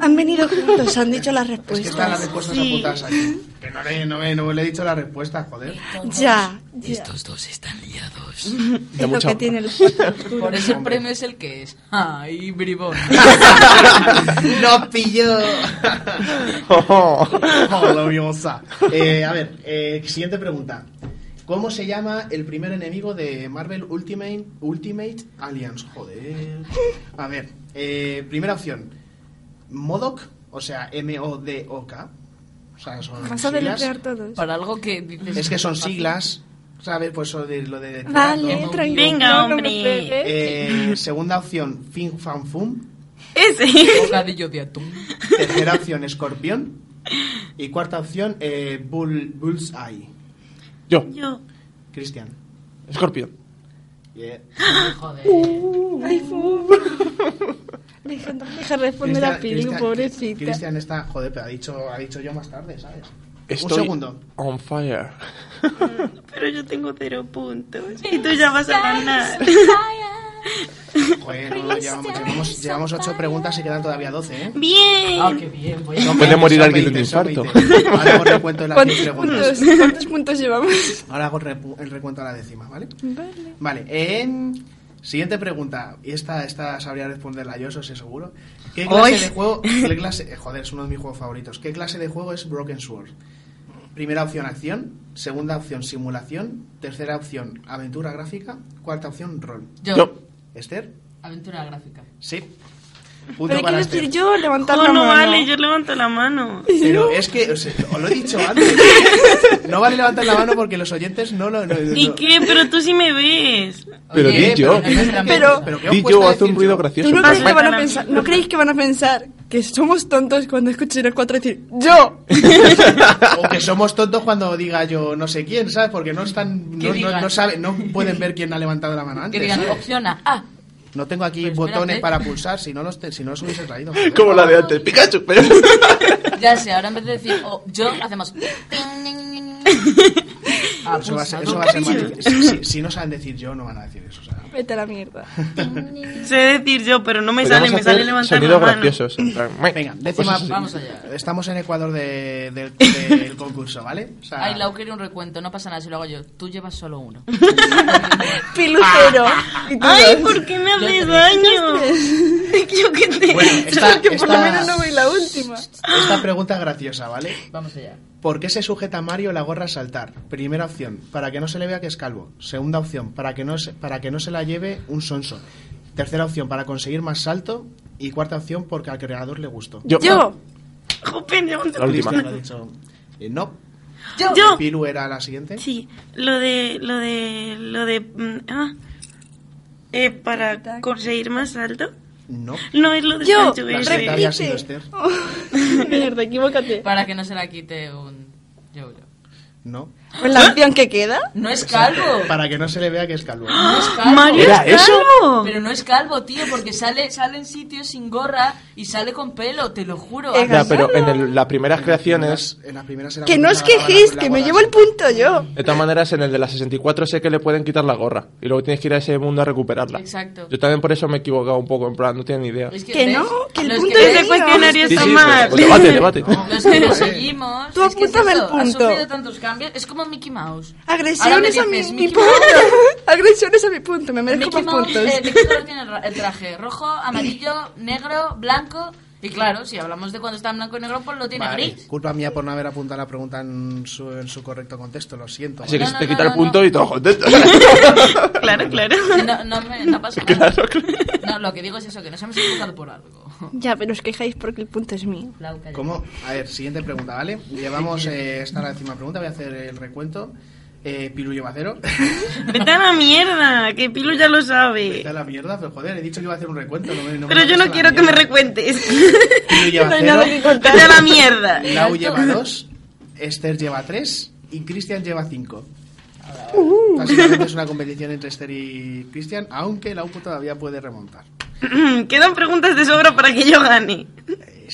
S8: Han venido juntos, han dicho las
S2: Es que están las
S8: respuestas.
S2: respuestas
S3: Sí.
S2: apuntadas aquí. Que no le, no, me- no le he dicho la respuesta, joder.
S8: Ya, ya.
S4: Estos dos están liados.
S9: De
S8: Es lo
S9: mucho-
S8: que tiene el
S10: Por eso el premio es el que es. Ay, bribón.
S2: ¡No pilló! Jolobiosa. Oh, Eh, a ver, eh, siguiente pregunta. ¿Cómo se llama el primer enemigo de Marvel Ultimate, Ultimate Alliance? Joder. A ver, eh, primera opción. MODOK, o sea, M-O-D-O-K. O sea, son
S8: Vas a deletrear
S2: siglas.
S8: todos.
S10: Para algo que dices...
S2: Es que son siglas, ¿sabes? Pues eso de lo de...
S8: Vale,
S2: deletreando.
S8: tranquilo.
S3: Venga,
S8: no me
S3: hombre.
S8: pegues.
S2: Eh, segunda opción, Fin Fan Fum.
S3: Ese.
S10: Bocadillo de atún.
S2: Tercera opción, escorpión. Y cuarta opción, eh, bull, bullseye.
S9: Yo,
S3: Yo.
S2: Cristian.
S9: Scorpion.
S10: Joder.
S8: Ay, fu. Deja, Pues deja responder a Pilu, pobrecita.
S2: Cristian está, joder, pero ha dicho, ha dicho yo más tarde, ¿sabes?
S9: Estoy
S2: segundo.
S9: on fire.
S3: Pero yo tengo cero puntos. Y tú ya vas a ganar.
S2: Joder, no, llevamos, llevamos, llevamos ocho preguntas y quedan todavía doce, ¿eh?
S3: Bien.
S10: Ah, qué bien. voy a-
S2: Son 20,
S9: Puede morir
S2: son
S9: alguien de
S2: 20, son
S9: infarto.
S2: 20. Ahora hago recuento de las 10
S8: ¿Cuántos
S2: preguntas.
S8: puntos, ¿Cuántos puntos llevamos?
S2: Ahora hago repu- el recuento a la décima, ¿vale?
S8: Vale.
S2: Vale, en... Siguiente pregunta, y esta, esta sabría responderla yo, eso sí, seguro. ¿Qué clase
S12: Hoy.
S2: de juego? qué clase- eh, joder, es uno de mis juegos favoritos. ¿Qué clase de juego es Broken Sword? Primera opción, acción. Segunda opción, simulación. Tercera opción, aventura gráfica. Cuarta opción, rol.
S12: Yo.
S9: Yo.
S2: ¿Esther?
S10: Aventura gráfica.
S2: Sí.
S8: Pero
S2: Punto
S8: quiero
S2: para este.
S8: decir
S2: Esther.
S8: yo levantar
S3: Oh,
S8: la
S3: no
S8: mano.
S3: vale, yo levanto la mano.
S2: Pero es que, o sea, os lo he dicho antes. No vale levantar la mano porque los oyentes no lo... no-
S3: ¿Y
S2: no- Eh,
S3: qué? Pero tú sí me ves.
S9: Pero
S10: Oye,
S9: di yo.
S10: pero no es nuestra
S8: Pero-
S10: mesa.
S2: Pero ¿qué os
S9: Di
S2: cuesta
S9: yo, haz un
S2: decir
S9: ruido
S2: yo?
S9: gracioso.
S8: ¿Tú no crees, que van a
S3: Pásala.
S8: pensar, ¿No creéis que van a pensar que somos tontos cuando escuchen los cuatro decir ¡Yo!
S2: O que somos tontos cuando diga yo no sé quién, ¿sabes? Porque no están, no,
S10: Que
S2: no,
S10: digan.
S2: no saben, no pueden ver quién ha levantado la mano
S10: Que
S2: antes.
S10: digan,
S2: ¿sabes?
S10: opción A. Ah,
S2: No tengo aquí
S10: Pues
S2: botones
S10: espérate.
S2: para pulsar, si no los, te- si no los hubiese traído.
S9: Como la de antes, Pikachu. Pero...
S10: ya sé, ahora en vez de decir oh, yo, hacemos. Ah,
S2: Eso va a ser,
S10: pulsado.
S2: eso va a ser más difícil. Si, si- si no saben decir yo, no van a decir eso. o sea.
S8: Vete a la mierda.
S3: Sé decir yo, pero no me sale,
S9: Podríamos
S3: me
S9: hacer
S3: sale levantar la
S9: sonidos
S3: mano.
S9: graciosos. en plan,
S2: Venga, décima.
S9: cosas así.
S10: Vamos allá.
S2: Estamos en Ecuador de- del del concurso, ¿vale? O sea,
S10: Ay, Lau quiere un recuento, no pasa nada si lo hago yo. Tú llevas solo uno.
S3: Ah.
S8: Pilucero. Y tú
S3: Ay,
S8: dos.
S3: ¿por qué me haces daño? Yo que te...
S2: bueno, esta,
S8: Que por lo
S2: esta-
S8: menos no voy la última.
S2: esta pregunta es graciosa, ¿vale?
S10: Vamos allá.
S2: ¿Por qué se sujeta a Mario la gorra al saltar? Primera opción, para que no se le vea que es calvo. Segunda opción, para que no se, para que no se la lleve un sonso. Tercera opción, para conseguir más salto. Y cuarta opción, porque al creador le gustó.
S9: Yo.
S8: Yo.
S3: Jo, pendejo.
S9: La última.
S2: Cristian ha dicho, eh, no.
S3: Yo.
S2: Pilu era la siguiente.
S3: Sí, lo de... Lo de... Lo de... mm, Ah, eh, para conseguir más alto.
S2: No.
S3: No, es lo de
S8: Yo.
S3: Sancho
S2: La
S3: Verde.
S2: secretaria ha sido Esther.
S8: Mierda, equivócate.
S10: Para que no se la quite un. Yo, yo.
S2: No.
S8: Pues
S10: ¿Ah?
S8: la opción que queda.
S10: No es calvo.
S2: Para que no se le vea que es calvo.
S8: Ah.
S10: No es calvo.
S3: Mario
S9: ¿Era
S3: es
S9: eso?
S3: calvo.
S10: Pero no es calvo, tío, porque sale, sale en sitios sin gorra y sale con pelo, te lo juro.
S8: Eh,
S9: Ya, pero en el- las primeras creaciones.
S2: En las primeras era
S8: Que no os
S2: la- la- la-
S8: quejéis,
S2: la
S8: que me
S2: gorra
S8: llevo el punto yo.
S9: De todas maneras, en el de la 64 sé que le pueden quitar la gorra. Y luego tienes que ir a ese mundo a recuperarla.
S10: Exacto.
S9: Yo también por eso me he equivocado un poco, en plan, no tienen ni idea.
S10: Es
S8: Que
S10: ¿ves?
S8: no, que el
S10: Los
S8: punto
S10: que-
S8: es
S3: Ese
S8: mío.
S3: cuestionario
S9: Sí,
S3: está
S9: sí,
S3: mal.
S9: pues debate, debate.
S2: No.
S10: Los que nos
S2: Sí.
S10: seguimos.
S8: Tú
S10: es que es
S8: apúntame el
S10: eso, Ha
S8: punto.
S10: sufrido tantos cambios. Es como Mickey Mouse. Ahora me
S8: Agresiones a mi,
S10: dices,
S8: mi
S10: Mickey
S8: punto.
S10: Mouse-
S8: Agresiones a mi punto. Me merezco
S10: Mickey
S8: más
S10: Mouse,
S8: puntos.
S10: eh, ¿de qué color tiene el ra- el traje? ¿Rojo, amarillo, negro, blanco? Y claro, si hablamos de cuando está en blanco y negro, pues lo tiene
S2: Vale,
S10: gris.
S2: Culpa mía por no haber apuntado la pregunta en su, en su correcto contexto, lo siento.
S9: Así que
S10: No,
S9: se
S10: no,
S9: te
S10: no,
S9: quita el
S10: no,
S9: punto
S10: no.
S9: y todo contento.
S3: Claro, claro.
S10: No, no, me, no pasa nada.
S9: Claro, claro.
S10: No, lo que digo es eso, que nos hemos equivocado por algo.
S8: Ya, pero os quejáis porque el punto es mío.
S10: Lau, calla.
S2: ¿Cómo? A ver, siguiente pregunta, ¿vale? Llevamos eh, esta es la décima pregunta, voy a hacer el recuento. Eh, Pilu lleva cero.
S3: Vete a la mierda, que Pilo ya lo
S2: Está
S3: sabe.
S2: la mierda, pero joder, he dicho que iba a hacer un recuento. No me- no me
S3: Pero yo
S2: hagas
S3: no
S2: la
S3: quiero que me
S2: mierda.
S3: recuentes.
S2: Pilu lleva
S8: No hay
S2: cero,
S8: nada que
S3: Vete a la mierda.
S2: Lau lleva dos, Esther lleva tres y Cristian lleva cinco.
S3: Uh-huh.
S2: Básicamente es una competición entre Esther y Cristian, aunque Lau todavía puede remontar.
S3: Quedan preguntas de sobra para que yo gane.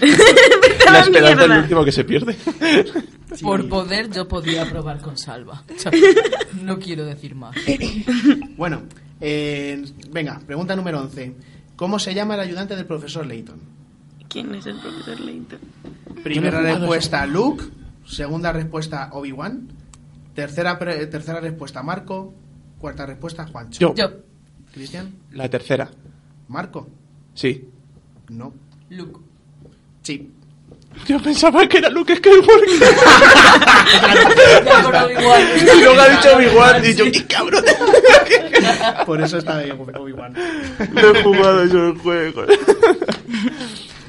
S3: Vete a
S9: La
S3: la
S9: esperanza es el
S3: mierda.
S9: último que se pierde.
S10: Por poder, yo podía probar con salva. No quiero decir más.
S2: Eh, Bueno, eh, venga, pregunta número 11. ¿Cómo se llama el ayudante del profesor Layton?
S3: ¿Quién es el profesor Leighton?
S2: Primera respuesta Luke, segunda respuesta Obi-Wan, tercera, pre- eh, tercera respuesta Marco, cuarta respuesta Juancho.
S9: Yo,
S10: Yo,
S2: ¿Cristian?
S9: la tercera.
S2: ¿Marco?
S9: Sí.
S2: No.
S10: Luke.
S2: Sí.
S9: Yo pensaba que era Luke Skywalker. Y luego ha dicho Obi-Wan y yo, ¡qué cabrón!
S2: Por eso está de Obi-Wan.
S9: No he jugado yo el juego.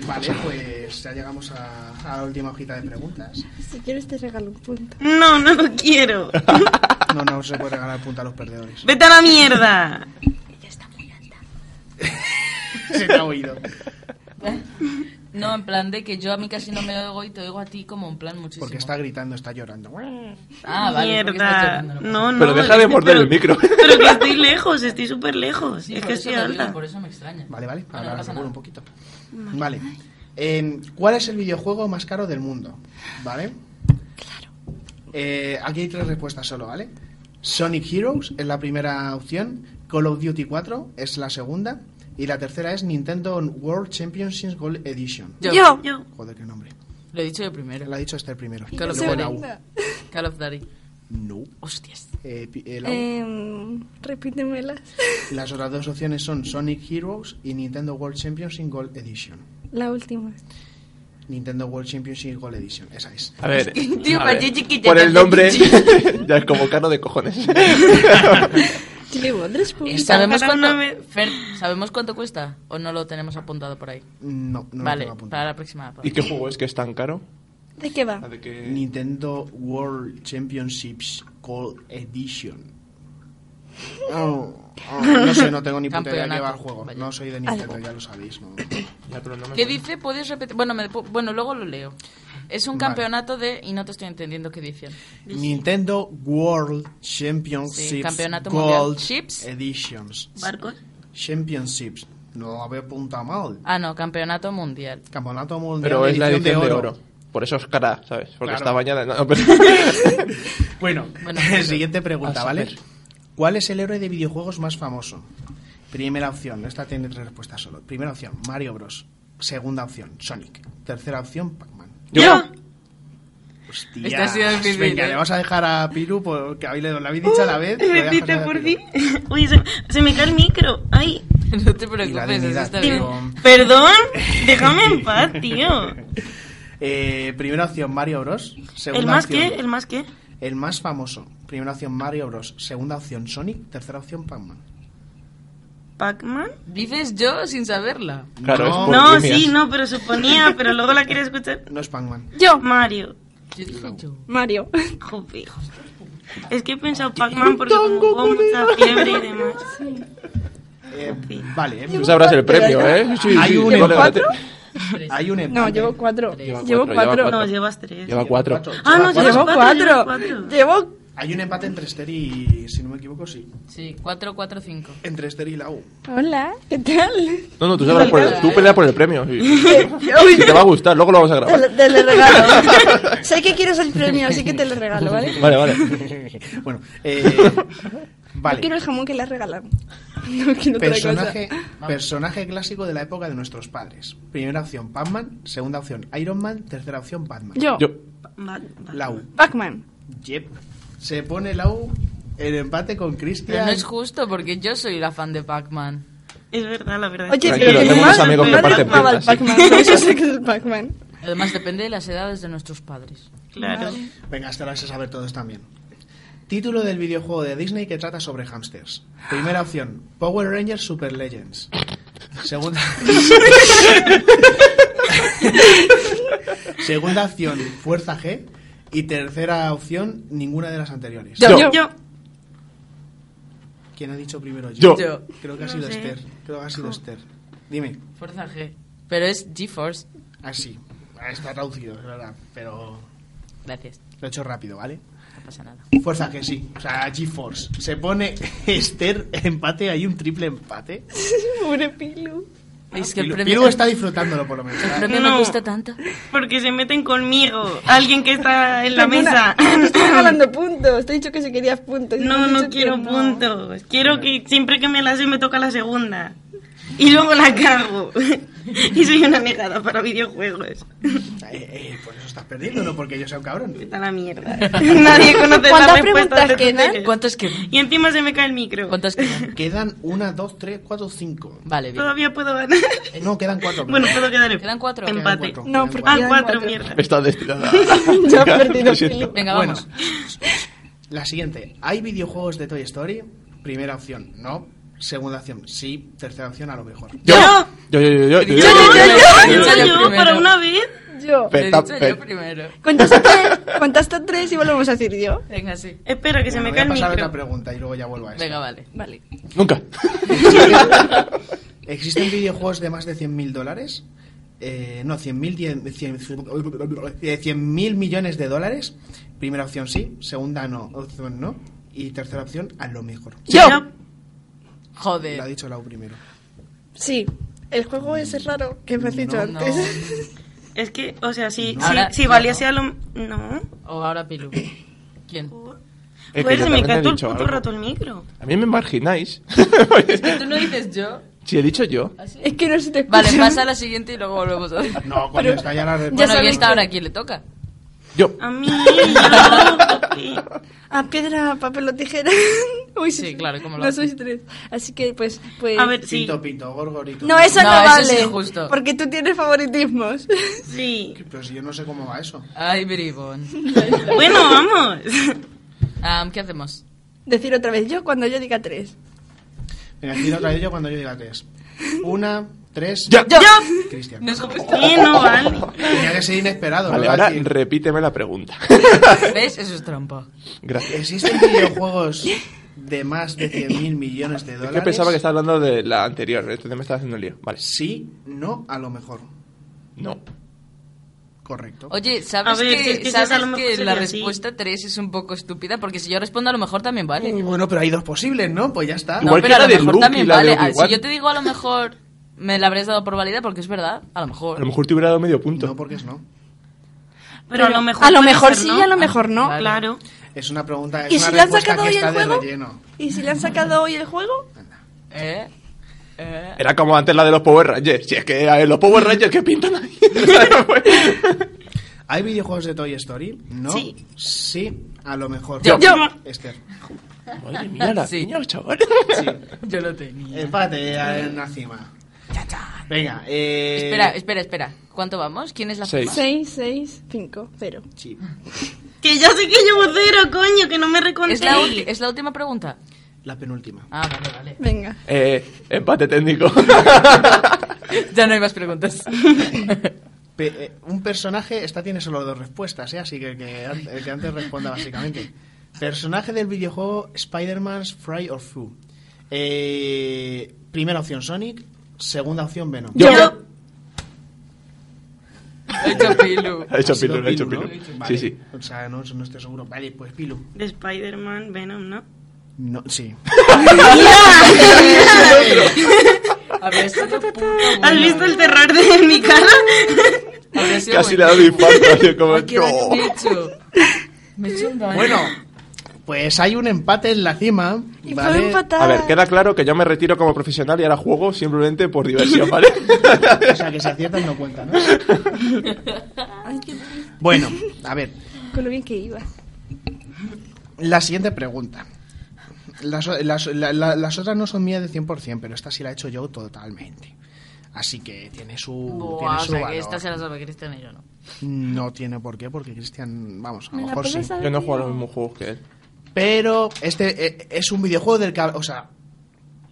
S2: Vale, pues ya llegamos a, a la última hojita de preguntas.
S8: Si quieres te regalo un punto.
S3: No, no lo quiero.
S2: No, no se puede ganar punta a los perdedores.
S3: Vete a la mierda.
S2: Se te ha oído.
S10: No, en plan de que yo a mí casi no me oigo y te oigo a ti como en plan muchísimo.
S2: Porque está gritando, está llorando.
S10: Ah, vale. porque estás
S3: mierda.
S10: llorando, no
S3: No, no.
S9: Pero deja
S3: es
S9: de
S3: que-
S9: morder
S3: pero-
S9: el micro.
S3: Pero que estoy lejos, estoy súper lejos.
S10: Sí,
S3: es
S10: por
S3: que
S10: eso
S3: estoy
S10: te digo,
S3: alta.
S10: Por eso me extraña.
S2: Vale, vale.
S10: Bueno,
S2: Ahora
S10: no pasa
S2: seguro un
S10: nada.
S2: Em, poquito. Vale. Eh, ¿Cuál es el videojuego más caro del mundo? Vale. Eh, aquí hay tres respuestas solo, ¿vale? Sonic Heroes es la primera opción, Call of Duty 4 es la segunda y la tercera es Nintendo World Championships Gold Edition.
S10: Yo. Yo.
S3: Yo.
S2: Joder, qué nombre.
S10: Lo he dicho yo primero.
S2: Lo ha dicho Esther primero.
S10: Call of
S2: Luego la
S10: Duty.
S2: U.
S10: Call of Duty.
S2: No.
S10: Hostias.
S2: Eh, pi- eh, la U.
S6: Eh,
S8: Em,
S6: repítemelas.
S2: Las otras dos opciones son Sonic Heroes y Nintendo World Championship Gold Edition.
S6: La última.
S2: Nintendo World Championship Gold Edition, esa es.
S9: A ver,
S10: Tío,
S9: a
S10: pa'
S9: ver,
S10: chichi, que ya
S9: por el
S10: cambia
S9: nombre
S10: chichi.
S9: ya es como cano de cojones.
S6: Chile Wonders, pues.
S10: ¿Sabemos cuánto,
S3: ganándome.
S10: Fer, ¿Sabemos cuánto cuesta? ¿O no lo tenemos apuntado por ahí?
S2: No, no lo tengo
S10: vale, para
S2: apuntado.
S10: la próxima.
S9: ¿Y qué juego es que es tan caro?
S6: ¿De qué va?
S9: ¿De qué?
S2: Nintendo World Championships Gold Edition. Oh, oh, no sé, no tengo ni puta idea de qué va el
S10: Campeonato,
S2: juego.
S10: vaya.
S2: No soy de Nintendo, ya lo sabéis. ¿no?
S9: Ya, pero no me
S10: ¿Qué
S9: acuerdo.
S10: dice? ¿Puedes repetir? Bueno, me- bueno, luego lo leo. Es un
S2: Vale.
S10: campeonato de... Y no te estoy entendiendo qué dicen.
S2: Nintendo World
S10: Sí,
S2: Championships
S10: campeonato mundial.
S2: Gold
S10: Ships.
S2: Editions.
S3: ¿Barcos?
S2: Championships. No había punta mal.
S10: Ah, no, campeonato mundial.
S2: Campeonato mundial.
S9: Pero es la edición de oro. Por eso es cara, ¿sabes? Porque está bañada. en- No, pero-
S2: Bueno,
S10: Bueno,
S2: siguiente pregunta,
S9: a
S2: ¿vale?
S9: saber.
S2: ¿Cuál es el héroe de videojuegos más famoso? Primera opción, esta tiene tres respuestas solo. Primera opción, Mario Bros. Segunda opción, Sonic. Tercera opción, Pac-Man.
S10: ¡Yo!
S2: Hostia. pues
S10: Esta ha sido difícil,
S2: Venga,
S10: ¿eh? Uh,
S2: le vamos a dejar a Piru porque habéis le la habéis dicho a la vez. le voy a dejar
S3: Bendita
S2: a
S3: por
S2: Piru.
S3: ti. Uy, se, se me cae el micro. Ay,
S10: No te
S2: Y la
S10: preocupes, así
S2: dignidad,
S10: está
S2: digo.
S10: bien.
S3: perdón. Déjame en paz, tío.
S2: Eh, primera opción, Mario Bros. Segunda
S3: ¿El más
S2: opción,
S3: qué? ¿El más qué?
S2: el más famoso. Primera opción, Mario Bros. Segunda opción, Sonic. Tercera opción, Pac-Man.
S3: ¿Pac-Man?
S10: Dices yo sin saberla.
S9: Claro, es
S2: No.
S9: por
S3: No,
S9: líneas.
S3: sí, no, pero suponía, pero luego la quería escuchar.
S2: No es Pac-Man.
S3: Yo. Mario.
S10: Yo dije yo.
S8: Mario.
S3: Jope. Es que he pensado Pac-Man porque como hubo mucha fiebre y demás.
S2: Eh, vale, eh,
S9: Tú sabrás el premio, ¿eh? Sí,
S2: Hay
S9: sí,
S2: un
S9: vale,
S2: empate.
S9: vale.
S2: Hay un
S8: No,
S2: empate.
S8: llevo cuatro.
S9: Lleva
S8: Llevo
S9: cuatro, lleva
S8: cuatro.
S3: No, llevas tres.
S9: Lleva cuatro.
S2: Cuatro.
S3: Ah, no,
S2: Lleva
S3: llevas
S8: Llevo
S2: cuatro.
S3: cuatro. llevas
S8: cuatro.
S3: cuatro.
S8: Llevo
S2: Hay un empate entre Esther y, si no me equivoco, sí.
S10: Sí, 4, 4, 5.
S2: Entre Esther y la U.
S8: Hola, ¿qué tal?
S9: No, no, tú sabrás por el, tú peleas por el premio. sí. Si te va a gustar, luego lo vamos a
S8: Te lo,
S9: grabar.
S8: te lo regalo. sé que quieres el premio, así que te lo regalo, ¿vale?
S9: Vale, vale.
S2: bueno, eh,
S8: Yo quiero
S2: vale.
S8: el jamón que le has regalado. No quiero otra cosa.
S2: Personaje, personaje clásico de la época de nuestros padres. Primera opción, Pac-Man. Segunda opción, Iron Man. Tercera opción, Batman.
S8: Yo,
S9: Yo,
S3: Va- va.
S2: La U.
S8: Pac-Man.
S2: Yep. Se pone la U en empate con
S10: Pero
S2: Cristian.
S10: no es justo porque yo soy la fan de Pac-Man.
S3: Es verdad, la verdad.
S8: Oye,
S9: Tranquilo,
S8: pero
S9: tengo
S8: además,
S9: unos amigos que
S8: no
S9: parten
S8: llamaba al
S9: piezas, sí.
S8: Pac-Man, por eso sé que es el Pac-Man.
S10: Además, depende de las edades de nuestros padres.
S3: Claro.
S2: Venga, hasta la vas a saber todos también. Título del videojuego de Disney que trata sobre hamsters. Primera opción, Power Rangers Super Legends. Segunda. Segunda opción, Fuerza G. Y tercera opción, ninguna de las anteriores.
S9: yo,
S8: Yo.
S3: Yo.
S2: ¿Quién ha dicho primero
S9: yo.
S10: Yo.
S2: Creo que ha
S3: No
S2: sido
S3: sé.
S2: Esther. Creo que ha sido Esther. Dime.
S10: Fuerza G. Pero es GeForce.
S2: Así. Está traducido, es verdad. Pero
S10: Gracias,
S2: lo he hecho rápido, ¿vale?
S10: no pasa nada.
S2: Fuerza que sí, o sea, GeForce. Se pone Esther empate, hay un triple empate.
S8: Pobre Pilu.
S10: Es que el
S2: Pilu,
S10: premio,
S2: Pilu está disfrutándolo por lo menos.
S10: el
S2: ¿verdad?
S10: premio me
S3: No.
S10: gusta tanto.
S3: Porque se meten conmigo. Alguien que está en la mesa.
S8: Te estoy regalando puntos. Te he dicho que si querías puntos. y me
S3: No,
S8: has dicho
S3: no
S8: que
S3: quiero
S8: no.
S3: puntos. Quiero que siempre que me la hace me toca la segunda. Y luego la cago. y soy una negada para videojuegos.
S2: Eh, eh, por eso estás perdiéndolo, porque yo soy un cabrón.
S3: Vete a la mierda. Nadie conoce
S8: ¿Cuántas
S3: la respuesta
S8: preguntas
S3: de
S8: quedan?
S10: ¿Cuántos quedan?
S3: Y encima se me cae el micro.
S10: ¿Cuántos quedan?
S2: Quedan una, dos, tres, cuatro, cinco.
S10: Vale, bien.
S3: Todavía puedo ganar.
S2: Eh, no, quedan cuatro.
S3: bueno,
S2: perdón.
S3: puedo quedar en-
S10: Quedan cuatro.
S2: Quedan
S3: empate.
S2: cuatro, Pues,
S8: No,
S2: quedan
S8: porque-
S3: Ah,
S8: Quedan
S3: cuatro,
S8: cuatro.
S3: mierda.
S9: Está destinada.
S8: Ya he perdido,
S9: Lo siento.
S8: Pilu.
S10: Venga,
S2: Bueno.
S10: vamos.
S2: La siguiente. ¿Hay videojuegos de Toy Story? Primera opción, no. Segunda opción, sí. Tercera opción, a lo mejor.
S9: Yo. Yo, yo, yo, yo, yo, yo, yo, yo, yo.
S3: Ah,
S10: Yo,
S3: ¿yo
S10: yo
S3: yo,
S10: primero.
S3: para una vez.
S8: Yo.
S10: Lo he
S9: Peta-
S10: dicho yo
S9: pe-
S10: primero.
S8: Cuentas hasta tres, cuentas hasta tres y volvemos a decir yo.
S10: Venga, sí.
S3: Espera, que se
S2: Bueno,
S3: me
S2: voy
S3: cae
S2: a
S3: el
S2: pasar a otra
S3: micro.
S2: pregunta y luego ya vuelvo a esta.
S10: Venga, vale.
S8: Vale.
S9: Nunca.
S2: ¿Existen videojuegos de más de 100.000 dólares? Eh, no, 100.000 10, 100, eh, 100.000 millones de dólares. Primera opción sí, segunda no, opción no. Y tercera opción, a lo mejor.
S3: Yo.
S2: Lo ha
S10: Joder.
S2: dicho Lau primero.
S8: Sí. El juego ese raro que me has dicho
S2: No,
S10: No.
S8: antes.
S3: Es que, o sea, si,
S10: No.
S3: si,
S10: Ahora,
S3: si
S10: yo
S3: valía
S10: no.
S3: sea lo... No.
S10: O ahora Pilu. ¿Quién?
S9: que
S3: Joder,
S9: yo
S3: se me
S9: también te
S3: cae
S9: he
S3: todo el
S9: dicho
S3: puto
S9: algo.
S3: rato el micro.
S9: A mí me margináis.
S13: ¿Tú no dices yo?
S9: si he dicho yo.
S8: Es que no se te escucha.
S13: Vale, pasa a la siguiente y luego volvemos a ver.
S2: No, cuando está ya la
S13: Bueno,
S8: sabéis
S13: y esta
S8: que-
S13: ahora aquí le toca.
S9: Yo.
S3: A mí, no,
S8: A Ah, piedra, papel o tijera. Uy,
S13: Sí, claro, ¿cómo lo
S8: No
S13: haces?
S8: sois tres. Así que, pues... pues
S3: A ver, sí,
S2: Pito, pito, gorgorito.
S8: No, eso no,
S13: No, eso es
S8: vale.
S13: injusto.
S8: Porque tú tienes favoritismos.
S3: sí.
S2: Pero si yo no sé cómo va eso.
S13: Ay, bribón.
S3: Bueno, vamos.
S13: Am, ¿Qué hacemos?
S8: Decir otra vez yo cuando yo diga tres.
S2: Venga, tira otra de ello cuando yo diga tres. Una, tres.
S9: ¡Ya!
S2: Cristian.
S13: Nos gusta.
S3: Eh, no vale.
S2: Tenía que ser inesperado.
S9: Vale,
S2: ¿no?
S9: ahora
S2: Decir,
S9: repíteme la pregunta.
S13: ¿Ves? Eso es trampa.
S9: Gracias.
S2: ¿Existen videojuegos de más de 100.000 millones de
S9: Es
S2: dólares?
S9: que pensaba que estaba hablando de la anterior. Este tema estaba haciendo lío. Vale.
S2: Sí, no, a lo mejor.
S9: No.
S2: Correcto.
S13: Oye, ¿sabes
S3: A ver, si
S13: que,
S3: es que esa a lo
S13: ¿sabes
S3: mejor
S13: que la
S3: sería así.
S13: respuesta 3 es un poco estúpida? Porque si yo respondo a lo mejor también vale.
S2: Mm, Bueno, pero hay dos posibles, ¿no? Pues ya está.
S13: No,
S9: Igual que
S13: pero a
S9: la
S13: lo
S9: de
S13: mejor
S9: Luke y
S13: también
S9: la de
S13: vale. Ah,
S9: Obi-Wan.
S13: Si yo te digo a lo mejor, me la habrías dado por válida porque es verdad. A lo
S9: A
S13: mejor.
S9: lo mejor te hubiera dado medio punto.
S2: No, porque es no.
S3: Pero a lo mejor.
S8: A lo
S3: puede
S8: mejor
S3: ser,
S8: sí,
S3: ¿no?
S8: a lo mejor no.
S13: Vale.
S3: Claro.
S2: Es una pregunta, es
S8: ¿Y
S2: una
S8: si le han
S2: respuesta
S8: sacado
S2: que
S8: hoy
S2: está
S8: el
S2: de
S8: juego?
S2: relleno.
S8: ¿Y si le han sacado hoy el juego?
S13: ¿Eh? ¿Eh?
S9: Era como antes la de los Power Rangers. Si es que a ver, los Power Rangers que pintan ahí.
S2: ¿Hay videojuegos de Toy Story? No.
S3: Sí.
S2: Sí, a lo mejor.
S13: Yo.
S2: Esther.
S9: Oye, mira la
S13: Sí.
S9: piña, chaval.
S13: Yo lo tenía.
S2: Empate eh, en la cima. Venga, eh...
S13: Espera, espera, espera. ¿Cuánto vamos? ¿Quién es la
S9: Seis.
S13: firma?
S8: Seis, seis, cinco, cero.
S2: Sí.
S3: Que ya sé que llevo cero, coño, que no me recontéis.
S13: ¿Es la, ulti- ¿Es la última pregunta?
S2: La penúltima.
S13: Ah, vale, vale.
S8: Venga.
S9: Eh, empate técnico.
S13: Ya no hay más preguntas.
S2: Pe- eh, un personaje, esta tiene solo dos respuestas, ¿eh? así que el que, an- el que antes responda básicamente. Personaje del videojuego Spider-Man's Fry or Fu. Eh, primera opción Sonic, segunda opción Venom.
S9: Yo.
S13: He hecho pilu.
S9: Ha hecho
S2: Ha sido
S9: pilu, ha hecho
S2: Pilu,
S9: pilu.
S2: ¿no?
S9: Sí,
S2: Vale.
S9: sí.
S2: O sea, no, no estoy seguro. Vale, pues Pilu.
S3: De Spider-Man, Venom, ¿no?
S13: Ah,
S2: No, sí.
S13: Habría sido puto
S3: ¿Has
S13: bueno.
S3: visto el terror de mi cara?
S13: Habría sido
S9: Casi le ha
S13: bueno.
S9: dado infarto. yo como,
S13: Ay, qué daño
S9: no.
S13: me he hecho. Me he hecho un daño.
S2: Bueno, pues hay un empate en la cima.
S8: Y
S2: ¿vale?
S8: fue empatar.
S9: A ver, queda claro que yo me retiro como profesional y ahora juego simplemente por diversión, ¿vale?
S2: O sea, que si aciertas no cuenta, ¿no? bueno, a ver.
S8: Con lo bien que iba.
S2: La siguiente pregunta. Las, o- las- la- la- las otras no son mías de 100%, pero esta sí la he hecho yo totalmente. Así que tiene su,
S13: Buah,
S2: tiene
S13: o
S2: su
S13: sea,
S2: valor.
S13: que esta se la sabe Cristian y yo no.
S2: No tiene por qué, porque Cristian, vamos, a lo
S8: ¿Me la
S2: mejor sí.
S8: puedes saber?
S9: Yo no juego a los mismos juegos que él.
S2: Pero este eh, es un videojuego del que, o sea,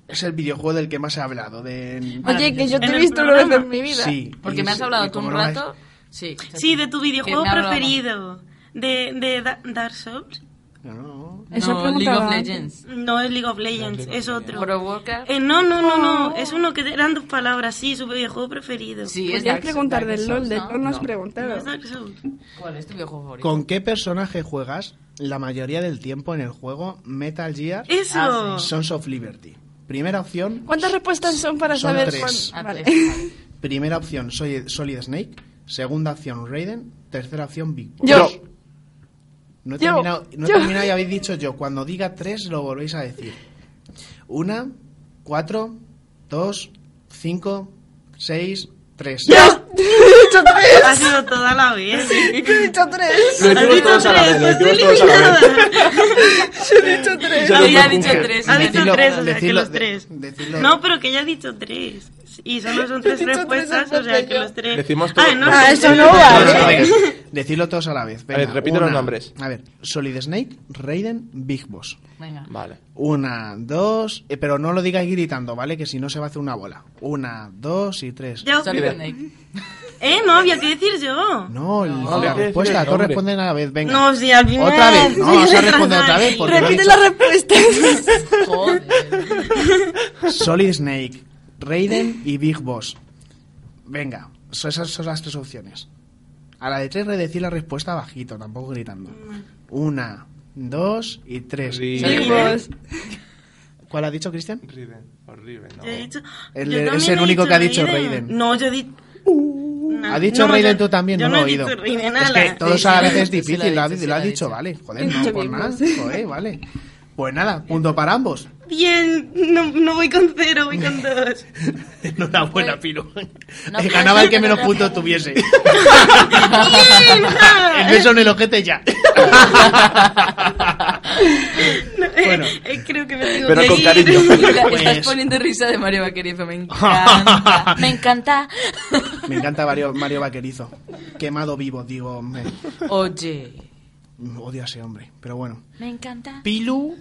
S2: es el videojuego del que más he hablado. De,
S8: Oye, que yo te
S3: En
S8: he
S3: el
S8: visto una vez
S3: programa.
S8: en mi vida.
S2: Sí.
S13: Porque
S2: y
S13: me has
S2: sí, y
S13: hablado tú
S2: como
S13: un
S2: no me-
S13: rato. Sí.
S3: Sí, de tu videojuego
S13: Que me ha hablado.
S3: preferido. De, de Da- Dark Souls.
S2: No,
S8: Eso
S13: no,
S8: preguntaba
S13: League of
S8: antes.
S13: Legends.
S3: No es League of Legends, es otro.
S13: World of Warcraft.
S3: Eh, no, no, no, no. Es uno que eran dos palabras. Sí, su videojuego preferido.
S13: Oh. Sí,
S10: Pues
S13: es
S8: Podrías
S13: Dark
S8: preguntar
S13: Dark
S8: del
S13: Souls,
S8: LOL, del
S13: ¿no?
S8: LOL no has
S3: No es
S8: preguntado.
S3: Dark Souls.
S13: ¿Cuál es tu videojuego favorito?
S2: ¿Con qué personaje juegas la mayoría del tiempo en el juego Metal Gear
S3: Eso.
S2: Sons of Liberty? Primera opción,
S8: ¿Cuántas respuestas son para
S2: Son
S8: saber
S2: tres.
S8: cuánto?
S13: Ah,
S8: Vale.
S13: tres,
S2: primera opción soy Solid Snake, segunda opción Raiden, tercera opción Big Boss.
S8: Yo.
S2: No he
S8: Yo.
S2: terminado, no he
S8: Yo.
S2: terminado y habéis dicho yo. Cuando diga tres lo volvéis a decir. Una, cuatro, dos, cinco, seis, tres.
S3: Ha sido toda la vez.
S8: ¿Y qué he dicho tres?
S9: Lo
S3: Has
S9: decimos
S3: dicho
S9: todos a la vez, lo
S3: tres,
S9: decimos
S3: estoy
S9: todos a la vez.
S3: eliminada.
S8: He dicho tres.
S9: Yo no
S13: Había
S9: me
S13: dicho
S9: juzgue.
S13: tres.
S3: Ha
S13: me
S3: dicho
S13: tengo-
S3: tres, o sea, que
S2: decidlo,
S3: los
S2: de-
S3: tres.
S2: decidlo.
S3: No, pero que ya ha dicho tres. Y solo son tres
S8: dicho tres
S3: respuestas, o
S8: antes
S3: sea,
S8: que
S3: que
S8: yo.
S3: los tres.
S9: Decimos
S3: Ah,
S9: todo.
S3: no,
S8: Ah,
S3: sí,
S8: eso
S3: sí,
S8: no
S3: sí.
S8: vale.
S2: Venga, venga, Decidlo todos a la vez. Venga,
S9: A ver, repite los nombres.
S2: A ver, Solid Snake, Raiden, Big Boss.
S13: Venga.
S9: Vale.
S2: Una, dos, eh, pero no lo digáis gritando, ¿vale? Que si no se va a hacer una bola. Una, dos y tres.
S3: Yo.
S13: Solid Snake.
S3: Eh, no, había que decir yo.
S2: No, la
S9: le-
S2: respuesta,
S9: le-
S2: todos
S9: hombre.
S2: responden a la vez, venga.
S3: No, sí, al final.
S2: Otra vez, no,
S3: Sí,
S2: vas a
S3: otra
S2: responder
S3: vez.
S2: otra vez. Porque lo he
S8: Repite
S2: dicho.
S8: las respuestas.
S13: Joder.
S2: Solid Snake, Raiden y Big Boss. Venga, so- esas son las tres opciones. A la de tres, redecir la respuesta bajito, tampoco gritando.
S3: Mm.
S2: Una, dos y tres.
S9: Sí.
S3: Big
S8: Vos.
S2: ¿Cuál ha dicho, Cristian?
S9: Horrible, horrible.
S3: Yo he dicho-
S2: El-
S3: yo
S2: es
S3: también
S2: el
S3: he
S2: único que ha dicho
S3: Raiden.
S2: Raiden.
S3: No, yo he dicho.
S2: Ha dicho
S3: No,
S2: Raiden
S3: yo-
S2: tú también,
S3: yo
S2: no,
S3: no
S2: lo
S3: he
S2: he oído.
S3: dicho Raiden,
S2: es que
S3: ala.
S2: todo
S3: Sí, sí,
S2: a
S3: lo
S2: veces
S3: ha
S2: es
S3: dicho, sí, lo
S2: difícil,
S3: ha
S2: lo ha
S3: dicho,
S2: dicho,
S3: sí,
S2: lo ha
S3: lo ha
S2: dicho, vale. Joder, no,
S3: Yo
S2: por
S3: mismo,
S2: nada.
S3: sí.
S2: Joder, vale. Pues nada, punto para ambos.
S3: Bien, no, no voy con cero, voy con dos.
S10: Pues,
S2: Enhorabuena, Pilo. Ganaba el que menos puntos tuviese. El beso en el ojete ya.
S3: No, eh,
S2: Bueno.
S3: eh, creo que me tengo
S9: Pero
S3: que
S9: con
S3: ir.
S9: cariño.
S10: Estás
S2: Pues-
S10: poniendo risa de Mario Vaquerizo, me encanta.
S4: Me encanta.
S2: Me encanta Mario, Mario Vaquerizo. Quemado vivo, digo. me-
S10: Oye.
S2: odio a ese hombre, pero bueno.
S4: Me encanta.
S2: Pilu.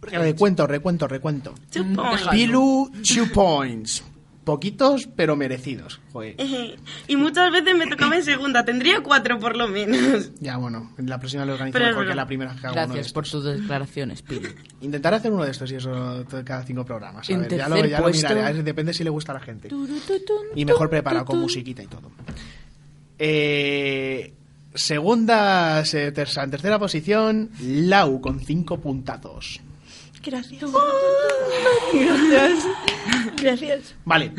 S2: Recuento, recuento, recuento.
S3: Two points.
S2: Pilu, two points. Poquitos, pero merecidos. Joder.
S3: Eh, Y muchas veces me tocaba en segunda, tendría cuatro por lo menos.
S2: Ya, bueno, la próxima lo organizo
S3: Pero-
S2: mejor que la primera que hago uno de
S10: Gracias
S2: estos.
S10: por sus declaraciones, Pili.
S2: Intentaré hacer uno de estos y eso t- cada cinco programas. A
S10: En
S2: ver, ya lo,
S10: tercer
S2: ya lo
S10: puesto.
S2: miraré. a ver, depende si le gusta a la gente. Y mejor preparado con musiquita y todo. Eh, segunda, se- terza- en tercera posición, Lau con cinco puntazos.
S6: Gracias. Gracias. Gracias.
S2: Vale,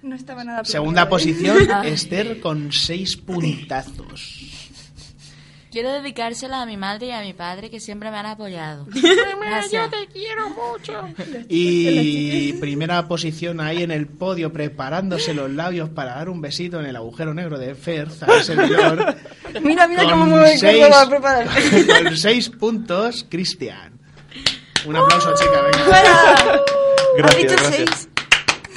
S6: No estaba nada
S2: segunda
S6: planeado, ¿eh?
S2: posición,
S8: Ah.
S2: Esther con seis puntazos.
S4: Quiero dedicársela a mi madre y a mi padre que siempre me han apoyado.
S10: Gracias.
S2: Y primera posición ahí en el podio, preparándose los labios para dar un besito en el agujero negro de Fer, Zara Servidor.
S8: Mira, mira cómo
S2: Con
S8: mueve, cómo
S2: seis-
S8: va a preparar.
S2: Con seis puntos, Cristian. Un aplauso, chica, venga.
S8: ¡Fuera!
S9: Gracias,
S8: dicho
S9: gracias.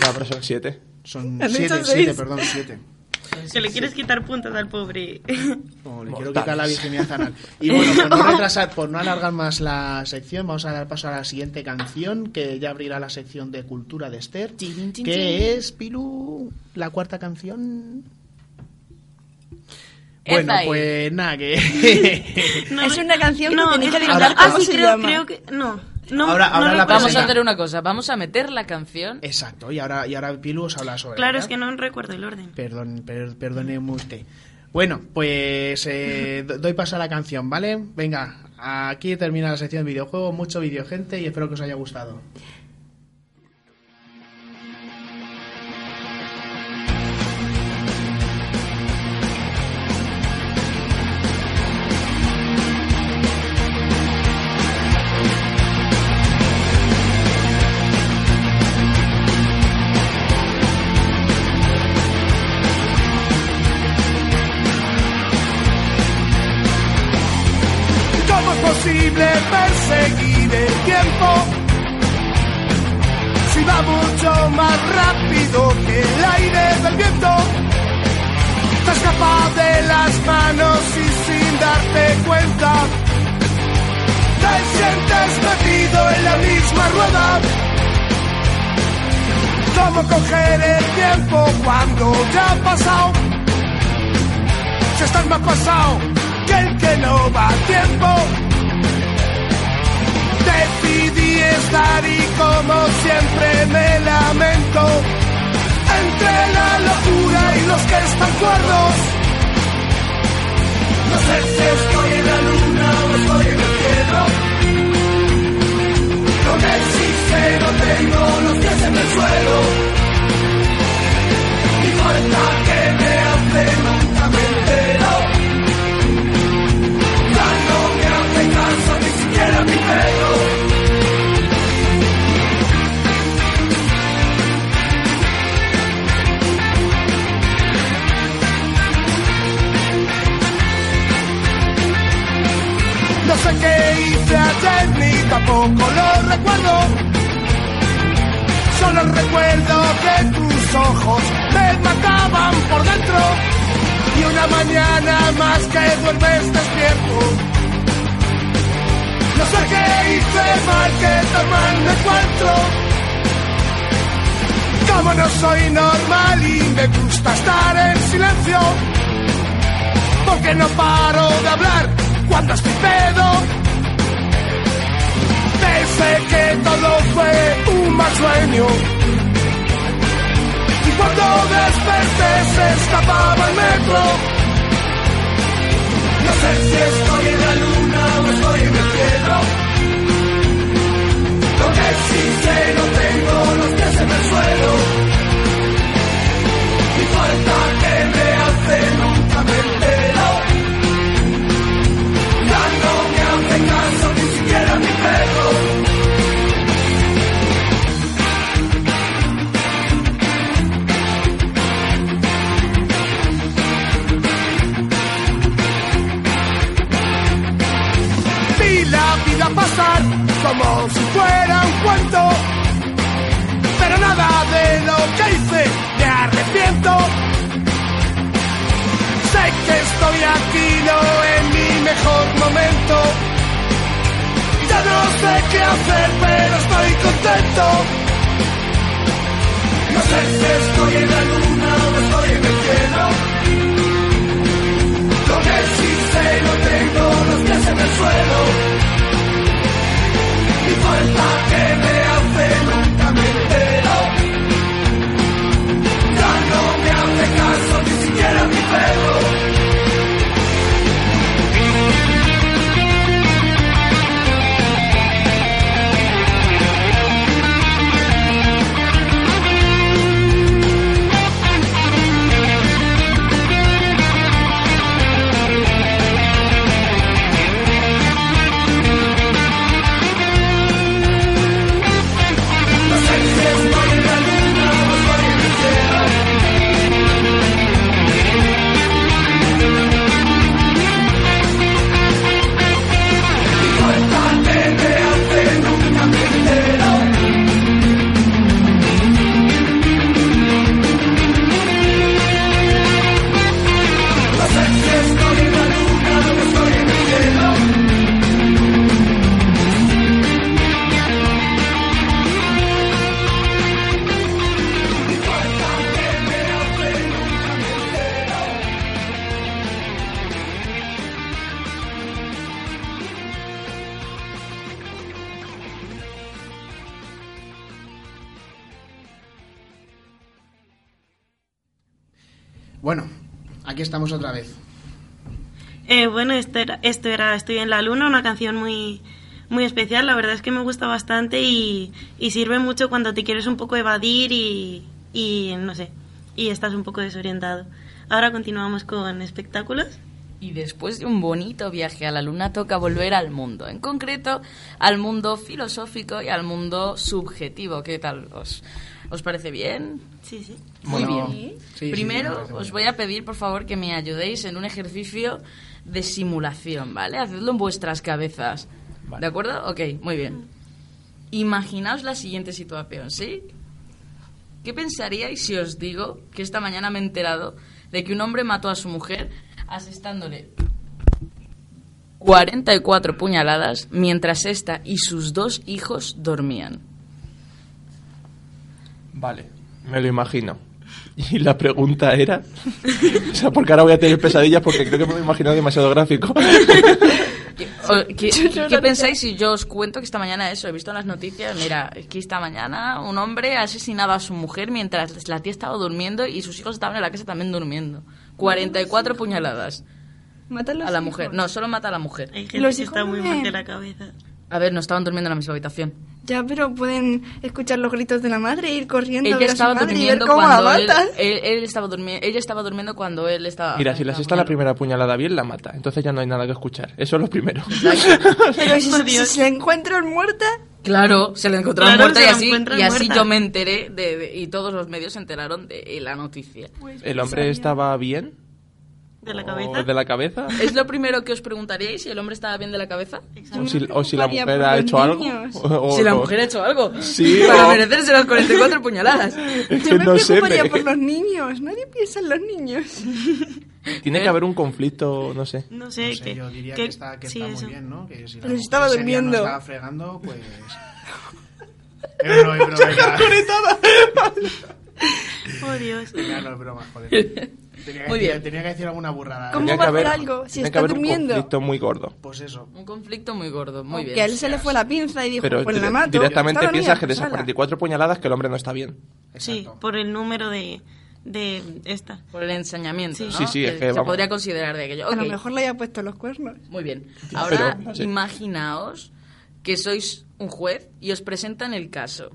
S9: No, pero son siete.
S2: Son
S8: Has
S2: siete,
S8: dicho
S2: siete,
S8: seis.
S2: perdón, siete.
S3: Que le quieres quitar puntos al pobre.
S2: Oh, le quiero
S9: Mortales.
S2: quitar la virginidad anal. Y bueno, por no, retrasar, por no alargar más la sección, vamos a dar paso a la siguiente canción, que ya abrirá la sección de cultura de Esther,
S10: Tin, tin, tin.
S2: que es, Pilu, la cuarta canción.
S10: Epa,
S2: Bueno,
S10: ahí.
S2: pues nada, que...
S3: No,
S8: Es una canción que tenéis que
S2: adivinar
S3: ahora- ah,
S8: cómo
S3: sí,
S8: se
S3: creo,
S8: llama.
S3: creo que. No. no
S2: Ahora-
S3: no
S2: ahora la
S3: recuerdo.
S10: Vamos a
S2: presenta.
S10: hacer una cosa, vamos a meter la canción.
S2: Exacto, y ahora, y ahora Pilu os habla sobre
S3: Claro,
S2: ella.
S3: es que no recuerdo el orden.
S2: Perdón, per- perdóneme usted. Bueno, pues eh, do- doy paso a la canción, ¿vale? Venga, aquí termina la sección de videojuegos, mucho video gente y espero que os haya gustado.
S14: ¿Cómo es posible perseguir el tiempo? Si va mucho más rápido que el aire del viento. Te escapas de las manos y sin darte cuenta. Te sientes perdido en la misma rueda. ¿Cómo coger el tiempo cuando ya ha pasado? Si estás más pasado que el que no va a tiempo. Decidí estar y como siempre me lamento. Entre la locura y los que están cuerdos. No sé si estoy en la luna o estoy en el cielo. Con el sincero tengo los pies en el suelo. Y falta que me hace nunca me entero. Ya no me hace caso ni siquiera mi pelo. No sé qué hice ayer ni tampoco lo recuerdo. Solo recuerdo que tus ojos me mataban por dentro. Y una mañana más que duermes despierto. No sé qué hice mal que tan mal me encuentro. Como no soy normal y me gusta estar en silencio. Porque no paro de hablar cuando estoy pedo. Pensé que todo fue un mal sueño. Y cuando desperté se escapaba el metro. No sé si estoy en la luna o estoy en el cielo. Lo que existe no tengo los pies en el suelo. Y falta que me sé qué hacer, pero estoy contento. No sé si estoy en la luna o estoy en el cielo. Lo que sí sé, no tengo los pies en el suelo. Y falta que me hace, nunca me entero. Ya no me hace caso, ni siquiera mi perro. No sé si estoy en la luna o estoy en el cielo. Y falta que me hace, nunca me entero. No sé si estoy en la luna o estoy en el cielo.
S2: Bueno, aquí estamos otra vez.
S3: Eh, bueno, esto era, esto era Estoy en la Luna, una canción muy, muy especial. La verdad es que me gusta bastante y, y sirve mucho cuando te quieres un poco evadir y, y, no sé, y estás un poco desorientado. Ahora continuamos con espectáculos.
S10: Y después de un bonito viaje a la luna toca volver al mundo, en concreto al mundo filosófico y al mundo subjetivo. ¿Qué tal os, os parece bien?
S3: Sí, sí.
S10: Muy
S2: Bueno,
S10: bien.
S2: sí, sí, me
S10: Primero
S2: parece muy
S10: os voy a pedir por favor que me ayudéis en un ejercicio de simulación, ¿vale? Hacedlo en vuestras cabezas. ¿De acuerdo? Ok, muy bien. Imaginaos la siguiente situación, ¿sí? ¿Qué pensaríais si os digo que esta mañana me he enterado de que un hombre mató a su mujer asestándole 44 puñaladas mientras esta y sus dos hijos dormían?
S9: Vale, me lo imagino. Y la pregunta era... O sea, porque ahora voy a tener pesadillas porque creo que me lo he imaginado demasiado gráfico.
S10: O- ¿Qué, qué pensáis si yo os cuento que esta mañana eso, he visto en las noticias, mira, es que esta mañana un hombre ha asesinado a su mujer mientras la tía estaba durmiendo y sus hijos estaban en la casa también durmiendo. 44 puñaladas
S8: Mátalo.
S10: a la mujer. No, solo mata a la mujer.
S3: Hay gente
S8: Los
S3: que
S8: hijos
S3: está muy mal
S8: duermen.
S3: de la cabeza.
S10: A ver, no estaban durmiendo en la misma habitación.
S8: Ya, pero pueden escuchar los gritos de la madre e ir corriendo a
S10: Ella
S8: ver a su
S10: estaba
S8: madre y ver
S10: durmiendo
S8: cómo la
S10: cuando él,
S8: matan.
S10: él- él estaba durmiendo, ella estaba durmiendo cuando él estaba
S9: Mira, si la sexta la primera puñalada bien, la mata. Entonces ya no hay nada que escuchar. Eso es lo primero.
S8: Pero si,
S3: Por
S8: si
S3: Dios.
S8: se la encuentran muerta,
S10: Claro, se la encontraron
S3: Claro,
S10: muerta
S3: se
S10: y
S3: la
S10: así,
S3: encuentran
S10: y así
S3: muerta.
S10: yo me enteré de, de- y todos los medios se enteraron de, de la noticia.
S9: ¿El hombre estaba bien?
S3: De la
S9: ¿O
S2: Oh,
S3: cabeza.
S9: de la cabeza?
S10: ¿Es lo primero que os preguntaríais si el hombre estaba bien de la cabeza?
S9: ¿O si, o si la
S8: preocuparía
S9: mujer
S8: por
S9: ha
S8: los
S9: hecho algo?
S8: niños.
S9: O- o-
S10: si la
S9: o-
S10: mujer ha hecho algo.
S9: Sí,
S10: Para
S9: o-
S10: merecerse las 44 puñaladas.
S9: Es que
S8: yo me
S9: no sé.
S8: preocuparía
S9: me-
S8: por los niños. Nadie piensa en los niños.
S9: Tiene que haber un conflicto, no sé.
S3: No sé,
S2: No sé,
S3: que-
S2: yo diría que,
S3: que-
S2: está, que
S3: sí,
S2: está muy
S3: eso.
S2: bien, ¿no? Que si la
S8: Pero
S2: mujer
S8: estaba
S2: seria
S8: durmiendo.
S2: No estaba fregando, pues... Pero no es broma,
S3: Oh, Dios.
S2: ya. Ya no es broma, joder. Tenía que,
S10: Muy
S2: decir-
S10: bien.
S2: tenía que decir alguna burrada.
S8: ¿Cómo
S9: Tenía
S8: va
S9: que
S8: a hacer
S9: haber,
S8: algo si
S9: tenía
S8: está
S9: que haber
S8: durmiendo?
S9: un conflicto muy gordo.
S2: Pues eso.
S10: Un conflicto muy gordo, muy
S8: Que a
S10: bien.
S8: él se le fue la pinza y dijo,
S9: Pero
S8: pues
S9: dire-
S8: la mato.
S9: directamente
S8: Estaba
S9: piensas
S8: dormida,
S9: que de
S8: pues,
S9: esas
S8: ala.
S9: 44 puñaladas que el hombre no está bien.
S3: Sí,
S2: Exacto.
S3: por el número de, de esta.
S10: Por el ensañamiento,
S3: Sí.
S10: ¿no?
S9: Sí, sí, es que
S10: se
S9: vamos.
S10: podría considerar de aquello.
S8: A lo
S10: Ok,
S8: mejor le haya puesto los cuernos.
S10: Muy bien. Ahora
S9: pero, no sé.
S10: imaginaos que sois un juez y os presentan el caso.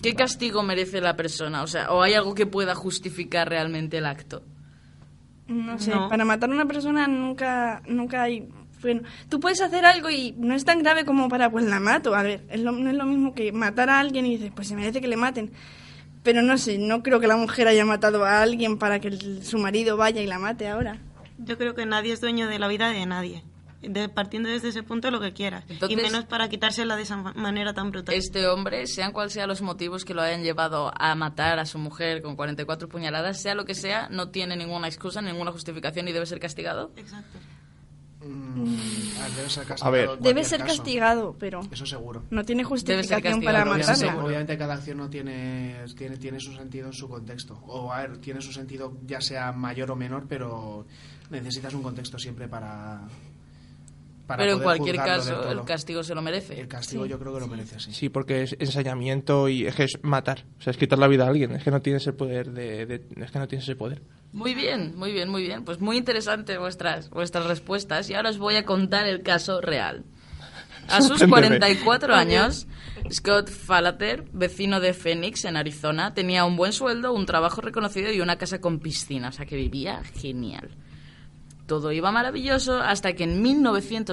S10: ¿Qué castigo merece la persona? O sea, ¿o hay algo que pueda justificar realmente el acto?
S8: No sé,
S3: No.
S8: para matar a una persona nunca, nunca hay... Bueno, tú puedes hacer algo y no es tan grave como para, pues la mato. A ver, es lo- no es lo mismo que matar a alguien y dices, pues se merece que le maten. Pero no sé, no creo que la mujer haya matado a alguien para que el- su marido vaya y la mate ahora.
S3: Yo creo que nadie es dueño de la vida de nadie. De- partiendo desde ese punto, lo que quiera.
S10: Entonces-
S3: y menos para quitársela de esa ma- manera tan brutal.
S10: Este hombre, sean cuales sean los motivos que lo hayan llevado a matar a su mujer con 44 puñaladas, sea lo que sea, no tiene ninguna excusa, ninguna justificación y debe ser castigado.
S3: Exacto.
S2: Mm, a ver, debe ser castigado.
S9: A ver.
S2: en
S8: Debe
S2: cualquier
S8: ser
S2: caso.
S8: castigado, pero
S2: Eso seguro.
S8: no tiene justificación
S10: castigado,
S8: para
S10: obviamente,
S2: Obviamente,
S8: matarla.
S2: obviamente cada acción no tiene, tiene tiene su sentido en su contexto. O a ver, tiene su sentido ya sea mayor o menor, pero necesitas un contexto siempre para. para
S10: Pero en
S2: poder
S10: cualquier
S2: juzgarlo del
S10: caso,
S2: todo.
S10: el castigo se lo merece.
S2: El castigo yo creo que lo merece, sí.
S9: Sí, porque es ensañamiento y es que es matar. O sea, es quitar la vida a alguien. Es que no tienes el poder de, de- es que no tienes ese poder.
S10: Muy bien, muy bien, muy bien. Pues muy interesantes vuestras, vuestras respuestas y ahora os voy a contar el caso real. A sus
S9: Sorpréndeme.
S10: 44 años, Scott Falater, vecino de Phoenix, en Arizona, tenía un buen sueldo, un trabajo reconocido y una casa con piscina, o sea que vivía genial. Todo iba maravilloso hasta que en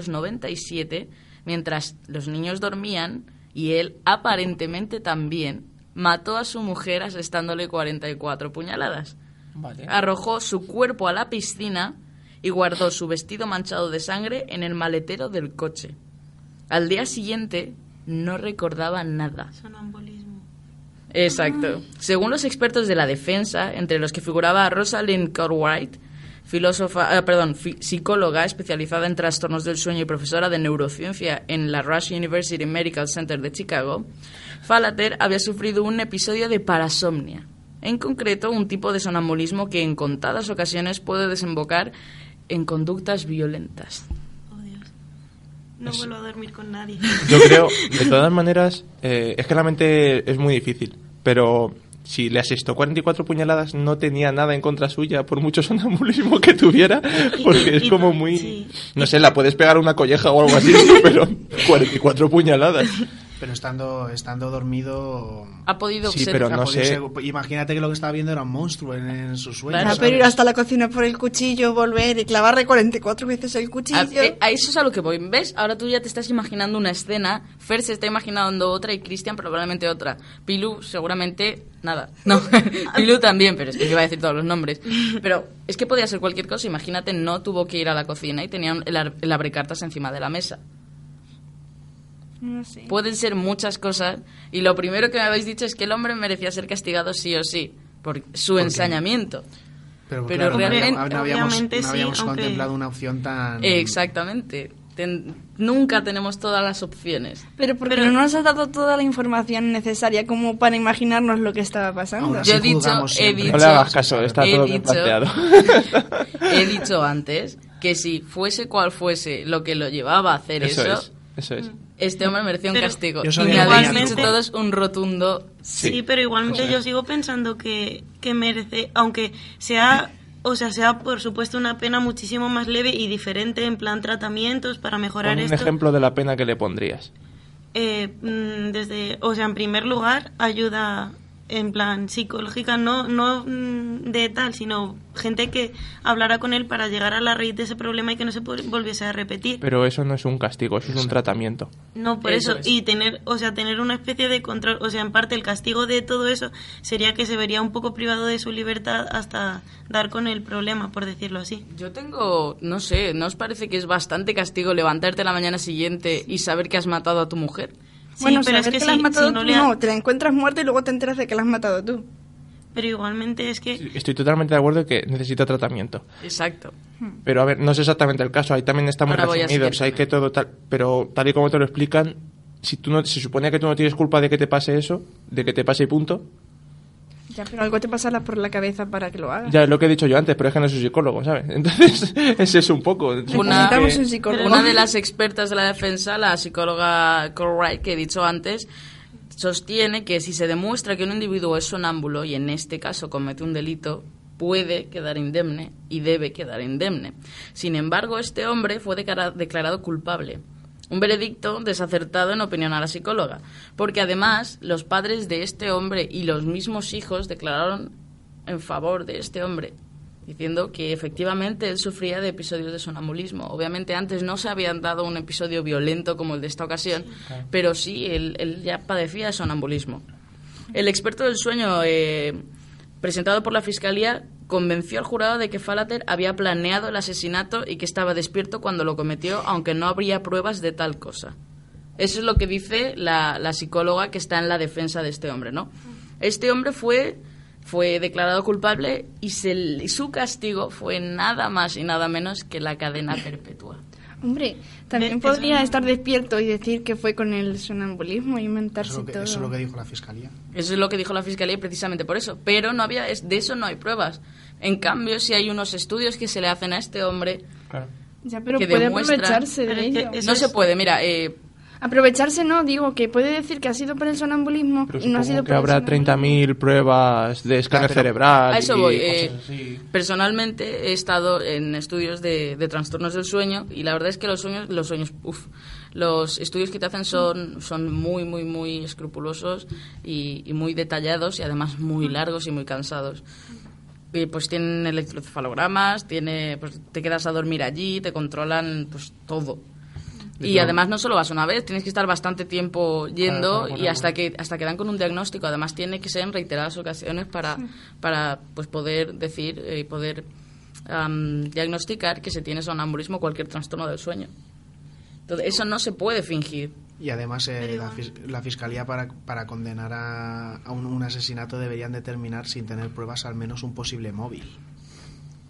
S10: 1997, mientras los niños dormían y él aparentemente también, mató a su mujer asestándole 44 puñaladas.
S9: Vale.
S10: Arrojó su cuerpo a la piscina y guardó su vestido manchado de sangre en el maletero del coche. Al día siguiente no recordaba nada.
S3: Sonambulismo.
S10: Exacto. Según los expertos de la defensa, entre los que figuraba Rosalind Cartwright, filósofa, eh, perdón, fi- psicóloga especializada en trastornos del sueño y profesora de neurociencia en la Rush University Medical Center de Chicago, Falater había sufrido un episodio de parasomnia, en concreto un tipo de sonambulismo que en contadas ocasiones puede desembocar en conductas violentas.
S3: Oh, Dios. No vuelvo a dormir con nadie.
S9: Yo creo, de todas maneras, eh, es que la mente es muy difícil. Pero si le asestó 44 puñaladas, no tenía nada en contra suya, por mucho sonambulismo que tuviera, porque es como muy.
S3: Sí.
S9: No sé, la puedes pegar a una colleja o algo así, pero 44 puñaladas.
S2: Pero estando, estando dormido.
S10: Ha podido
S9: Sí,
S10: ser-
S9: pero
S2: o sea,
S9: Pues no
S2: podía
S9: sé.
S2: ser- Imagínate que lo que estaba viendo era un monstruo en, en sus sueños.
S8: Ah,
S2: ¿sabes?
S8: pero ir hasta la cocina por el cuchillo, volver y clavarle 44 veces el
S10: A,
S3: Ah,
S8: cuchillo.
S10: eh, a eso es a lo que voy. ¿Ves? Ahora tú ya te estás imaginando una escena, Fer se está imaginando otra y Cristian probablemente otra. Pilu seguramente nada. No, Pilu también, pero es que iba a decir todos los nombres. Pero es que podía ser cualquier cosa. Imagínate, no tuvo que ir a la cocina y tenía un- el, ar- el abrecartas encima de la mesa.
S8: No sé.
S10: Pueden ser muchas cosas y lo primero que me habéis dicho es que el hombre merecía ser castigado sí o sí por su ensañamiento.
S2: Pero,
S10: pero
S2: claro, no habíamos-
S10: realmente-
S2: no habíamos,
S3: Obviamente
S2: no
S3: sí,
S2: habíamos
S3: aunque-
S2: contemplado una opción tan.
S10: Exactamente. Ten- nunca tenemos todas las opciones.
S8: Pero porque no nos has dado toda la información necesaria como para imaginarnos lo que estaba pasando.
S2: Ahora
S10: Yo he
S2: Así
S10: dicho,
S2: juzgamos
S10: he
S2: siempre.
S10: dicho,
S9: No le hagas caso, está
S10: he
S9: todo bien
S10: dicho-
S9: planteado.
S10: he dicho antes que si fuese cual fuese lo que lo llevaba a hacer eso,
S9: Eso es, eso es.
S10: este hombre merecía un
S3: Pero-
S10: castigo.
S2: Yo
S10: Y
S2: sabía
S10: me
S2: que
S10: habéis
S3: venía
S10: dicho
S3: truco.
S10: todos un rotundo.
S3: Sí, pero igualmente yo sigo pensando que, que merece, aunque sea, o sea, sea por supuesto una pena muchísimo más leve y diferente en plan tratamientos para
S9: Pon
S3: mejorar
S9: un
S3: esto.
S9: ejemplo de la pena que le pondrías.
S3: eh, mm, desde, o sea, en primer lugar, ayuda en plan psicológica, no, no mm, de tal, sino gente que hablara con él para llegar a la raíz de ese problema y que no se vol- volviese a repetir.
S9: Pero eso no es un castigo, eso es un tratamiento.
S3: No, por
S10: Eso
S3: eso,
S10: es.
S3: y tener, o sea, tener una especie de control, o sea, en parte el castigo de todo eso sería que se vería un poco privado de su libertad hasta dar con el problema, por decirlo así.
S10: Yo tengo, no sé, ¿no os parece que es bastante castigo levantarte la mañana siguiente y saber que has matado a tu mujer?
S3: Sí,
S8: bueno,
S3: pero
S8: pero
S3: es que,
S8: la has
S3: si,
S8: matado
S3: si no
S8: tú,
S3: le ha-
S8: no, te la encuentras muerta y luego te enteras de que la has matado tú.
S3: Pero igualmente es que
S9: Estoy totalmente de acuerdo que necesita tratamiento.
S10: Exacto.
S9: Pero a ver, no es exactamente el caso, ahí también está muy
S10: Ahora voy a
S9: resumido, o
S10: seguir.
S9: sea, hay que todo tal, pero tal y como te lo explican, si tú no, se supone que tú no tienes culpa de que te pase eso, de que te pase y punto,
S8: Ya, pero algo te pasará por la cabeza para que lo hagas.
S9: ya es lo que he dicho yo antes, pero es que no soy psicólogo, ¿sabes? Entonces, ese es un poco. Eh,
S10: Una,
S8: Necesitamos un psicólogo.
S10: una de las expertas de la defensa, la psicóloga Cartwright, que he dicho antes, sostiene que si se demuestra que un individuo es sonámbulo y en este caso comete un delito, puede quedar indemne y debe quedar indemne. Sin embargo, este hombre fue decara- declarado culpable. Un veredicto desacertado en opinión a la psicóloga, porque además los padres de este hombre y los mismos hijos declararon en favor de este hombre, diciendo que efectivamente él sufría de episodios de sonambulismo. Obviamente antes no se habían dado un episodio violento como el de esta ocasión, pero sí, él, él ya padecía de sonambulismo. El experto del sueño eh, presentado por la Fiscalía convenció al jurado de que Falater había planeado el asesinato y que estaba despierto cuando lo cometió, aunque no habría pruebas de tal cosa. Eso es lo que dice la, la psicóloga que está en la defensa de este hombre, ¿no? Este hombre fue, fue declarado culpable y se le- su castigo fue nada más y nada menos que la cadena perpetua.
S8: Hombre, también podría estar despierto y decir que fue con el sonambulismo y inventarse
S2: Eso es lo que-
S8: todo.
S2: eso es lo que dijo la fiscalía.
S10: Eso es lo que dijo la fiscalía precisamente por eso. Pero no había, es- de eso no hay pruebas. En cambio, sí hay unos estudios que se le hacen a este hombre
S8: Ya, pero
S10: que
S8: puede
S10: demuestran-
S8: aprovecharse
S3: Pero
S8: de
S3: es que
S8: ello.
S3: eso
S10: No se puede, mira, eh,
S8: Aprovecharse no, digo que puede decir que ha sido por el sonambulismo
S9: Pero
S8: y no ha sido
S9: supongo que
S8: por el
S9: habrá
S8: sonambulismo.
S9: 30.000 pruebas de escáner
S2: pero-
S9: cerebral.
S10: a eso
S9: y
S10: voy.
S9: cosas
S10: eh,
S9: así.
S10: personalmente he estado en estudios de, de trastornos del sueño y la verdad es que los sueños, los sueños, uf, los estudios que te hacen son, son muy, muy, muy escrupulosos y, y muy detallados y además muy largos y muy cansados. Y pues tienen electrocefalogramas, tiene, pues te quedas a dormir allí, te controlan pues todo.
S9: De
S10: Y
S9: todo.
S10: además no solo vas una vez, tienes que estar bastante tiempo
S9: Claro,
S10: yendo
S9: claro,
S10: y
S9: claro,
S10: hasta
S9: claro.
S10: que hasta que dan con un diagnóstico. Además tiene que ser en reiteradas ocasiones para, para pues poder decir eh, y poder am, diagnosticar que se tiene sonambulismo o cualquier trastorno del sueño. Entonces eso no se puede fingir.
S2: Y además eh, la, fis- la fiscalía para, para condenar a, a un, un asesinato deberían determinar sin tener pruebas al menos un posible móvil.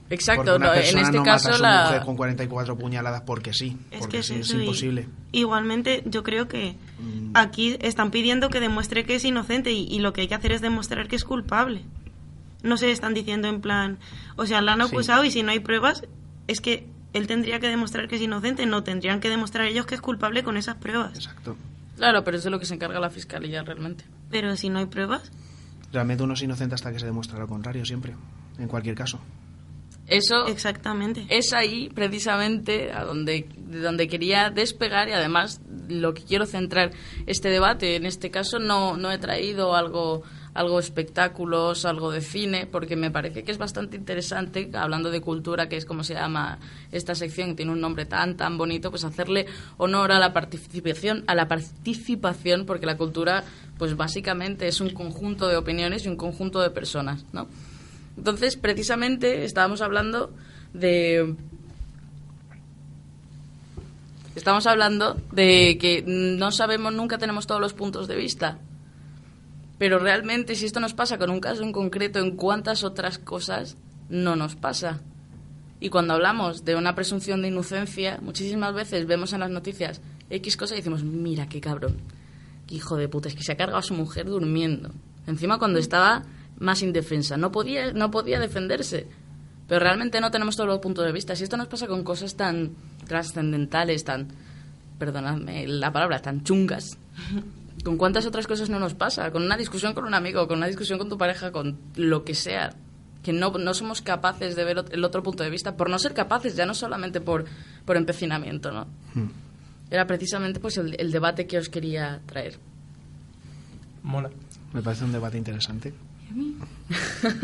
S10: Exacto,
S2: Porque una
S10: no, en
S2: persona
S10: este
S2: no mata a
S10: caso
S2: su
S10: la
S2: mujer con 44 puñaladas porque sí,
S3: Es
S2: porque
S3: que es
S2: sí, es
S3: eso y-
S2: imposible.
S3: Igualmente, yo creo que
S2: Mm.
S3: aquí están pidiendo que demuestre que es inocente y, y lo que hay que hacer es demostrar que es culpable. No se están diciendo en plan, o sea, la han
S2: Sí.
S3: acusado y si no hay pruebas, es que él tendría que demostrar que es inocente, no tendrían que demostrar ellos que es culpable con esas pruebas.
S2: Exacto.
S10: Claro, pero eso es lo que se encarga la fiscalía realmente.
S3: Pero si no hay pruebas,
S2: Realmente uno es inocente hasta que se demuestra lo contrario siempre, en cualquier caso.
S10: Eso
S3: exactamente.
S10: es ahí precisamente a donde, de donde quería despegar y además lo que quiero centrar este debate. En este caso no, no he traído algo, algo espectáculos, algo de cine, porque me parece que es bastante interesante, hablando de cultura, que es como se llama esta sección, que tiene un nombre tan, tan bonito, pues hacerle honor a la participación, a la participación, porque la cultura, pues básicamente es un conjunto de opiniones y un conjunto de personas, ¿no? Entonces, precisamente estábamos hablando de. Estamos hablando de que no sabemos, nunca tenemos todos los puntos de vista. Pero realmente, si esto nos pasa con un caso en concreto, ¿en cuántas otras cosas no nos pasa? Y cuando hablamos de una presunción de inocencia, muchísimas veces vemos en las noticias X cosa y decimos, mira qué cabrón, qué hijo de puta, es que se ha cargado a su mujer durmiendo. Encima cuando estaba más indefensa, no podía, no podía defenderse. Pero realmente no tenemos todos los puntos de vista. Si esto nos pasa con cosas tan trascendentales, tan, perdonadme la palabra, tan chungas, ¿con cuántas otras cosas no nos pasa? Con una discusión con un amigo, con una discusión con tu pareja, con lo que sea. Que no, no somos capaces de ver ot- el otro punto de vista, por no ser capaces, ya no solamente por, por empecinamiento, ¿no? Era precisamente pues el, el debate que os quería traer.
S9: Mola.
S2: Me parece un debate interesante.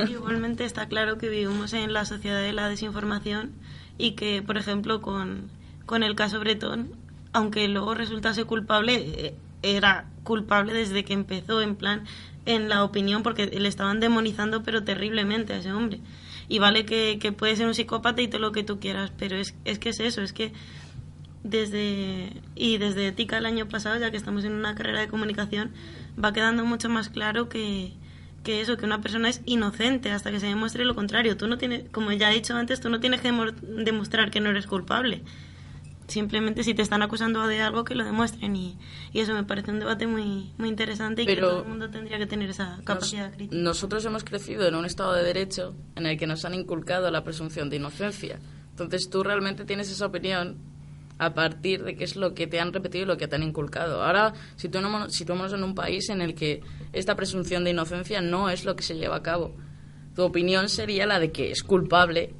S3: Igualmente está claro que vivimos en la sociedad de la desinformación y que, por ejemplo, con, con el caso Bretón, aunque luego resultase culpable, eh, era culpable desde que empezó, en plan, en la opinión, porque le estaban demonizando pero terriblemente a ese hombre. Y vale que, que puede ser un psicópata y todo lo que tú quieras, pero es, es que es eso, es que desde y desde ética el año pasado, ya que estamos en una carrera de comunicación, va quedando mucho más claro que, que eso, que una persona es inocente hasta que se demuestre lo contrario. Tú no tienes, como ya he dicho antes, tú no tienes que demo- demostrar que no eres culpable. Simplemente si te están acusando de algo que lo demuestren y, y eso me parece un debate muy muy interesante y que
S10: Pero-
S3: todo el mundo tendría que tener esa capacidad
S10: Nos-
S3: crítica.
S10: nosotros hemos crecido en un estado de derecho en el que nos han inculcado la presunción de inocencia. Entonces tú realmente tienes esa opinión a partir de qué es lo que te han repetido y lo que te han inculcado. Ahora, si situémonos en un país en el que esta presunción de inocencia no es lo que se lleva a cabo. Tu opinión sería la de que es culpable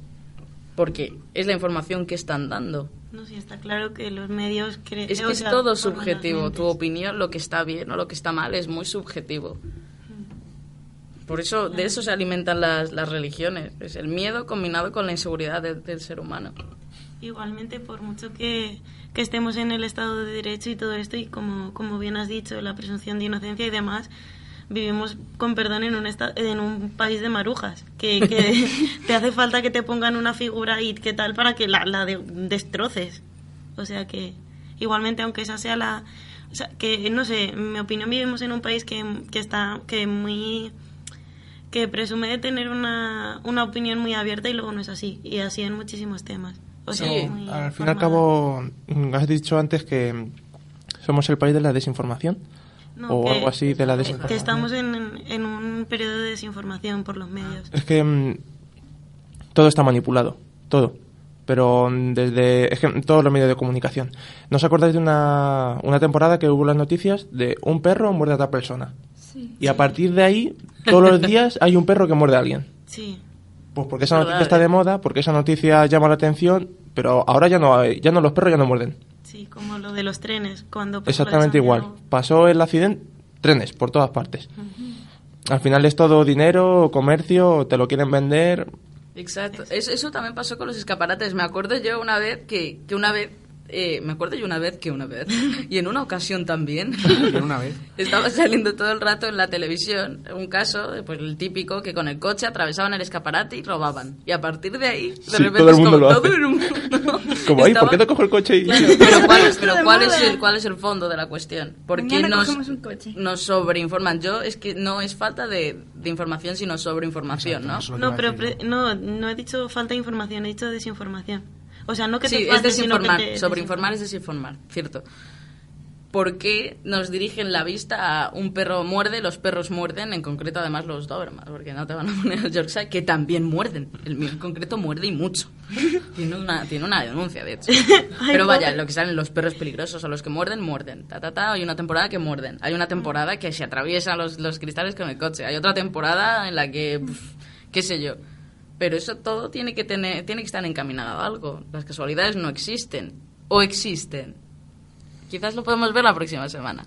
S10: porque es la información que están dando.
S3: No sé, está claro que los medios creen...
S10: Es que es todo subjetivo. Tu opinión, lo que está bien o lo que está mal, es muy subjetivo. Por eso, de eso se alimentan las, las religiones. Es el miedo combinado con la inseguridad de- del ser humano.
S3: Igualmente, por mucho que, que estemos en el Estado de Derecho y todo esto, y como, como bien has dicho, la presunción de inocencia y demás, vivimos, con perdón, en un, esta- en un país de marujas, que, que te hace falta que te pongan una figura y qué tal para que la, la de- destroces. O sea que, igualmente, aunque esa sea la... o sea, que, no sé, en mi opinión, vivimos en un país que, que está que muy que presume de tener una, una opinión muy abierta y luego no es así, y así en muchísimos temas. O sea,
S9: Sí,
S3: muy
S9: al fin y al
S3: formada.
S9: cabo, mm, has dicho antes que mm, somos el país de la desinformación.
S3: No,
S9: o
S3: que-
S9: algo así de la
S3: Que
S9: desinformación.
S3: estamos en, en un periodo de desinformación por los medios.
S9: Es que mm, todo está manipulado, todo. Pero mm, desde. Es que todos los medios de comunicación. ¿No os acordáis de una, una temporada que hubo las noticias de un perro muerde a otra persona? Y a partir de ahí, todos los días hay un perro que muerde a alguien.
S3: Sí.
S9: Pues porque esa
S3: Verdad,
S9: noticia está
S3: ¿eh?
S9: de moda, porque esa noticia llama la atención, pero ahora ya no, hay- ya no los perros ya no muerden.
S3: Sí, como lo de los trenes. cuando por ejemplo,
S9: Exactamente
S3: en San
S9: igual. Pasó el accidente, trenes por todas partes. Al final es todo dinero, comercio, te lo quieren vender.
S10: Exacto. Eso, eso también pasó con los escaparates. Me acuerdo yo una vez que, que una vez... eh, me acuerdo yo una vez que una vez. Y en una ocasión también.
S2: una vez.
S10: Estaba saliendo todo el rato en la televisión un caso, eh, pues el típico, que con el coche atravesaban el escaparate y robaban. Y a partir de ahí, de
S9: Sí,
S10: repente
S9: todo el
S10: es
S9: mundo
S10: como
S9: lo
S10: todo
S9: hace.
S10: en un mundo.
S9: Como, ahí, ¿por qué
S10: Estaba-
S9: no cojo el coche y...?
S10: Claro, pero ¿cuál, es, pero
S6: de
S10: cuál
S6: moda.
S10: es el, cuál es el fondo de la cuestión? ¿Por qué
S6: Mañana
S10: nos,
S6: cogemos un coche.
S10: nos sobreinforman? Yo es que no es falta de, de información, sino sobreinformación, ¿no?
S2: Eso es lo que iba
S3: No,
S2: a
S3: pero
S2: decir.
S3: pre- no, no he dicho falta de información, he dicho desinformación. O sea, no que
S10: Sí,
S3: te
S10: es
S3: falte, sino que
S10: desinformar.
S3: te-
S10: Sobreinformar es desinformar, cierto. ¿Por qué nos dirigen la vista a un perro muerde, los perros muerden, en concreto además los Doberman? Porque no te van a poner al Yorkshire, que también muerden. El mío en concreto muerde y mucho. Tiene una, tiene una denuncia, de hecho. Pero vaya,
S3: pobre.
S10: lo que salen los perros peligrosos, a los que muerden, muerden. Ta, ta, ta, hay una temporada que muerden. Hay una temporada que se atraviesan los, los cristales con el coche. Hay otra temporada en la que, pf, qué sé yo. Pero eso todo tiene que, tener, tiene que estar encaminado a algo. Las casualidades no existen. O existen. Quizás lo podemos ver la próxima semana.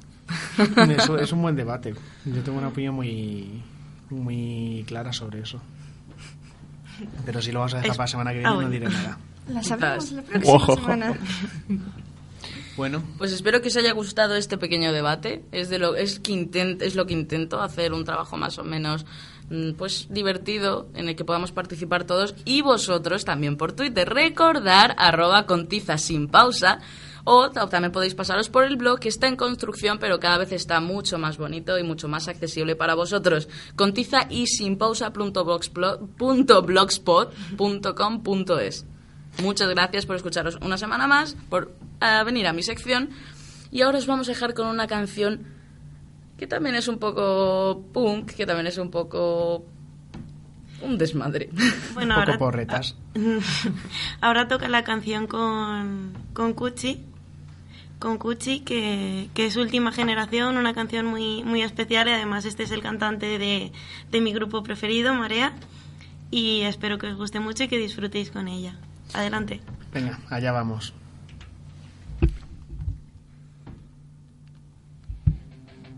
S2: Eso es un buen debate. Yo tengo una opinión muy, muy clara sobre eso. Pero si lo vamos a dejar
S3: Es-
S2: para la semana que viene,
S3: ah,
S2: no
S3: bueno.
S2: diré nada.
S6: La sabremos la
S9: Ojo.
S6: próxima semana.
S2: Bueno,
S10: Pues espero que os haya gustado este pequeño debate. Es de lo es que intent- es lo que intento hacer un trabajo más o menos mm, pues divertido en el que podamos participar todos y vosotros también por Twitter. Recordar arroba con tiza sin pausa. O ta- también podéis pasaros por el blog que está en construcción, pero cada vez está mucho más bonito y mucho más accesible para vosotros. Con tiza y sin pausa punto blogsplo- punto blogspot punto com punto es. Muchas gracias por escucharos una semana más, por ah, venir a mi sección. Y ahora os vamos a dejar con una canción que también es un poco punk, que también es un poco un desmadre.
S3: Bueno,
S2: poco
S3: ahora,
S2: porretas.
S3: Ah. ahora toca la canción con, con Cuchi. Con Cuchi, que, que es su última generación, una canción muy, muy especial. Y además, este es el cantante de, de mi grupo preferido, Marea. Y espero que os guste mucho y que disfrutéis con ella. Adelante.
S2: Venga, allá vamos.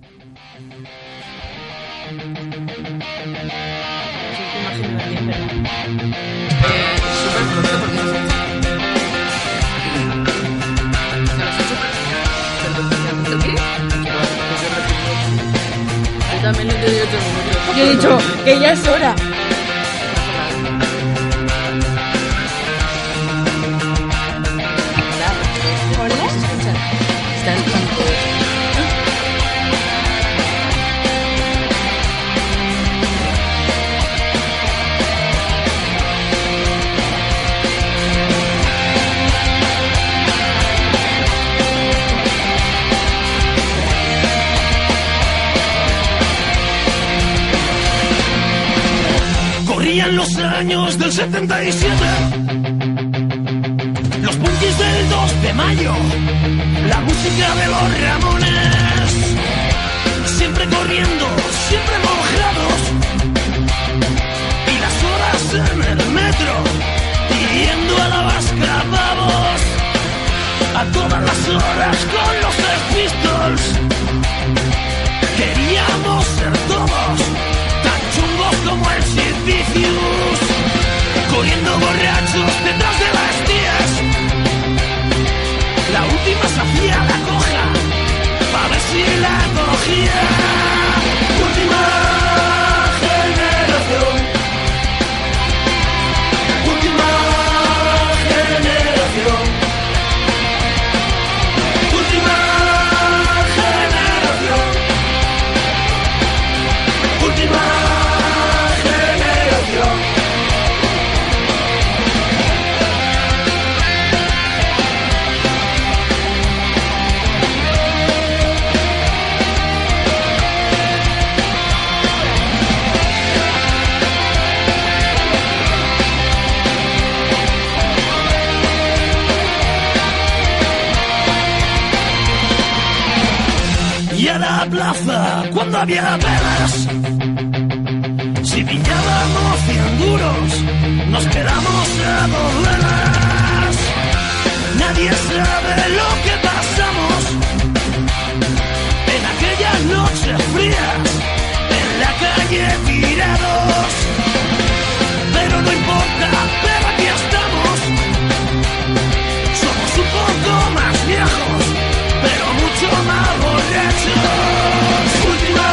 S8: Yo he dicho que ya es hora.
S14: Corrían los años del 77. Los punkis del 2 de mayo. La música de los Ramones. Siempre corriendo, siempre mojados. Y las horas en el metro. Yendo a la vasca, vamos. A todas las horas con los Sex Pistols. Queríamos ser todos tan chungos como el Sid Vicious, corriendo borrachos detrás de las tías. La última se hacía la coja, para ver si la cogía. Última generación. Última generación. Última generación. Última generación. la plaza cuando había velas. Si pillábamos 100 duros, nos quedamos a dos velas. Nadie sabe lo que pasamos en aquellas noches frías, en la calle tirados. Pero no importa, pero aquí estamos. Somos un poco más viejos, pero mucho más borrachos. Última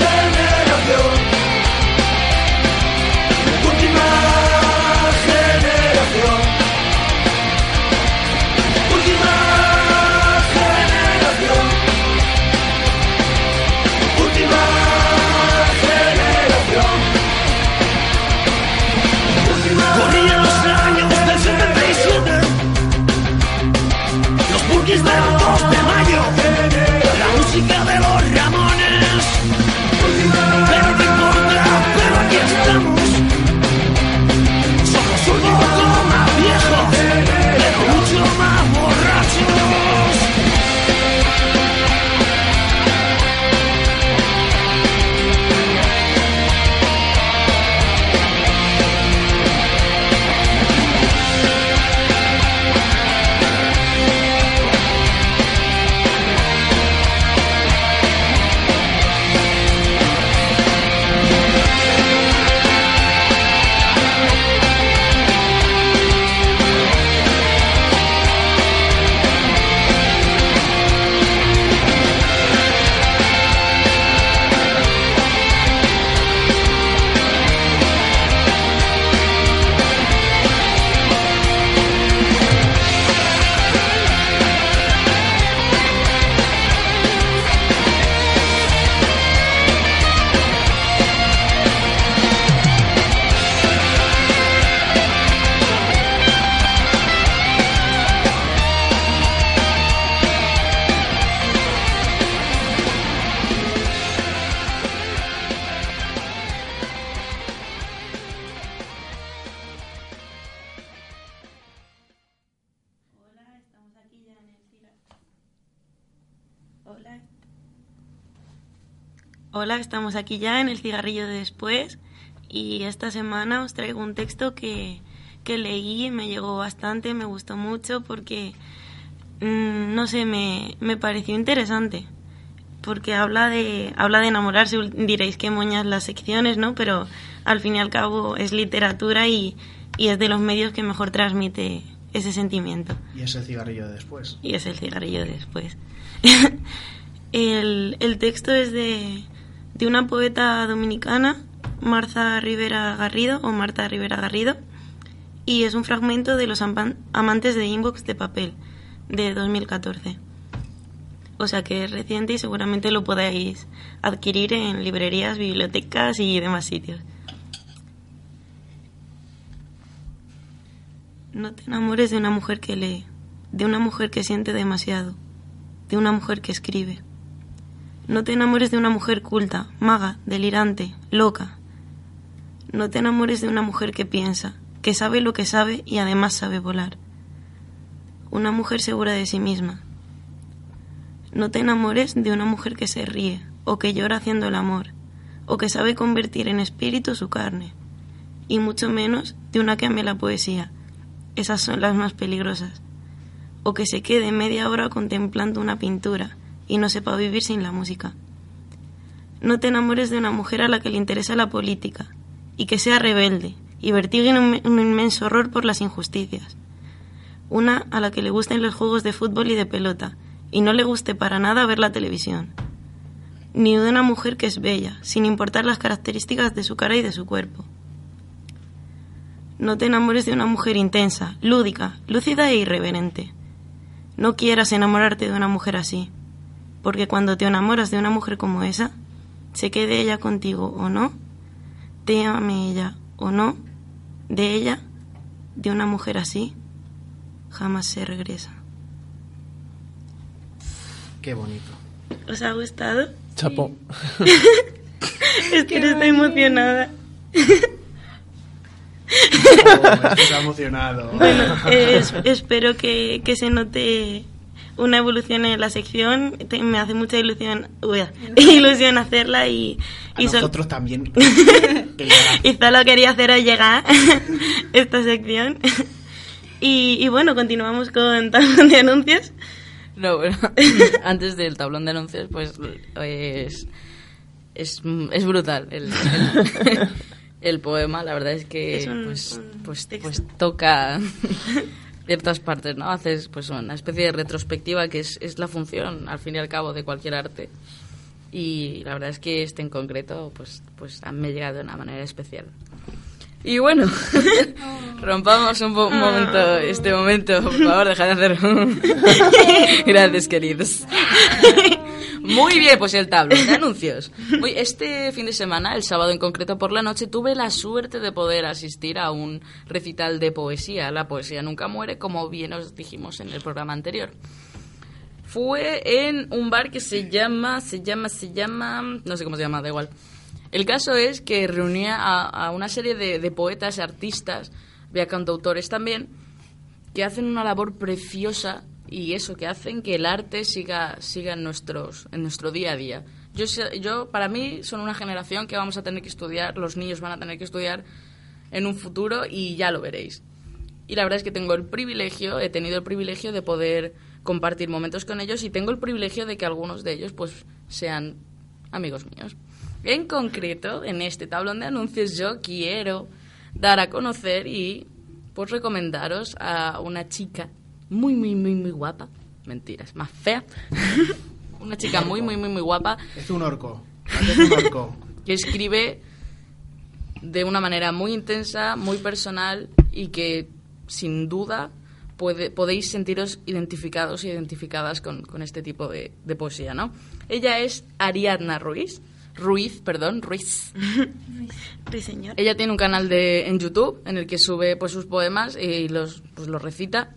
S14: generación. Última generación. Última generación. Última generación. Corrían los años del 77 Los burguis del 2 de mayo La música de los Ramones Pero no importa, pero aquí estamos Somos un poco más viejos Pero mucho más borrachos
S3: Hola, estamos aquí ya en el cigarrillo de después y esta semana os traigo un texto que, que leí, me llegó bastante, me gustó mucho porque, mm, no sé, me, me pareció interesante porque habla de, habla de enamorarse, diréis que moñas las secciones, ¿no? Pero al fin y al cabo es literatura y, y es de los medios que mejor transmite ese sentimiento
S2: Y ese cigarrillo de después.
S3: y es el cigarrillo de después. el, el texto es de, de una poeta dominicana, Marta Rivera Garrido, o Marta Rivera Garrido, y es un fragmento de Los ampan- amantes de Inbox de papel, de 2014. O sea que es reciente y seguramente lo podáis adquirir en librerías, bibliotecas y demás sitios. No te enamores de una mujer que lee, de una mujer que siente demasiado, de una mujer que escribe. No te enamores de una mujer culta, maga, delirante, loca. No te enamores de una mujer que piensa, que sabe lo que sabe y además sabe volar. Una mujer segura de sí misma. No te enamores de una mujer que se ríe, o que llora haciendo el amor, o que sabe convertir en espíritu su carne, y mucho menos de una que ame la poesía. Esas son las más peligrosas. O que se quede media hora contemplando una pintura, y no sepa vivir sin la música. No te enamores de una mujer a la que le interesa la política y que sea rebelde y vertigue un, un inmenso horror por las injusticias. Una a la que le gusten los juegos de fútbol y de pelota y no le guste para nada ver la televisión. Ni de una mujer que es bella, sin importar las características de su cara y de su cuerpo. No te enamores de una mujer intensa, lúdica, lúcida e irreverente. No quieras enamorarte de una mujer así porque cuando te enamoras de una mujer como esa, se quede ella contigo o no, te ame ella o no, de ella, de una mujer así, jamás se regresa.
S2: Qué bonito.
S3: ¿Os ha gustado?
S9: Chapo.
S3: Es que estoy emocionada.
S2: Oh, está emocionado.
S3: eh, Bueno, es- espero que, que se note una evolución en la sección. Te- me hace mucha ilusión, uy, ilusión hacerla y,
S2: A
S3: y sol-
S2: nosotros también.
S3: y solo quería haceros llegar esta sección. Y, y bueno, continuamos con tablón de anuncios.
S10: No, bueno, antes del tablón de anuncios, pues es, es, es brutal el, el- el poema. La verdad es que
S3: Es un-
S10: pues,
S3: un
S10: pues,
S3: texto.
S10: pues toca ciertas partes, ¿no? Haces pues una especie de retrospectiva que es, es la función, al fin y al cabo, de cualquier arte. Y la verdad es que este en concreto pues, pues a- me llega de una manera especial. Y bueno, rompamos un, po- un momento este momento, por favor, dejad de hacer. Gracias, queridos. Muy bien, pues el tablón de anuncios. Muy- este fin de semana, el sábado en concreto por la noche, tuve la suerte de poder asistir a un recital de poesía. La poesía nunca muere, como bien os dijimos en el programa anterior. Fue en un bar que se llama, se llama, se llama, no sé cómo se llama, da igual. El caso es que reunía a, a una serie de, de poetas, artistas, vea cantautores también, que hacen una labor preciosa y eso, que hacen que el arte siga, siga en, nuestros, en nuestro día a día. Yo, sé- yo, para mí, son una generación que vamos a tener que estudiar, los niños van a tener que estudiar en un futuro y ya lo veréis. Y la verdad es que tengo el privilegio, he tenido el privilegio de poder compartir momentos con ellos y tengo el privilegio de que algunos de ellos pues sean amigos míos. En concreto, en este tablón de anuncios yo quiero dar a conocer y pues recomendaros a una chica muy muy muy muy guapa, mentiras, más fea. una chica muy muy muy muy guapa
S2: Es un orco. Es un orco.
S10: que escribe de una manera muy intensa, muy personal y que sin duda puede- podéis sentiros identificados y identificadas con, con este tipo de, de poesía, ¿no? Ella es Ariadna Ruiz, Ruiz, perdón, Ruiz.
S3: Sí, señor.
S10: Ella tiene un canal de, en YouTube en el que sube pues, sus poemas y los, pues, los recita.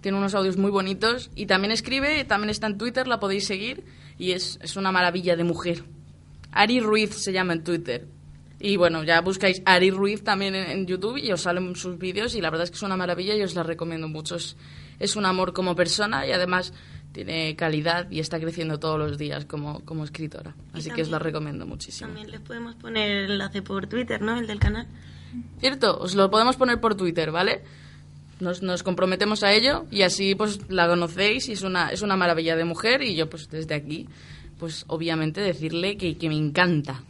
S10: Tiene unos audios muy bonitos y también escribe, también está en Twitter, la podéis seguir y es, es una maravilla de mujer. Ari Ruiz se llama en Twitter. Y bueno, ya buscáis Ari Ruiz también en, en YouTube y os salen sus vídeos y la verdad es que es una maravilla y os la recomiendo mucho. Es, es un amor como persona y además tiene calidad y está creciendo todos los días como, como escritora.
S3: Y
S10: Así que os la
S3: también-
S10: recomiendo muchísimo.
S3: También les podemos poner el enlace por Twitter, ¿no? El del canal.
S10: Cierto, os lo podemos poner por Twitter, ¿vale? Nos, nos comprometemos a ello y así pues la conocéis y es una, es una maravilla de mujer y yo pues desde aquí pues obviamente decirle que, que me encanta.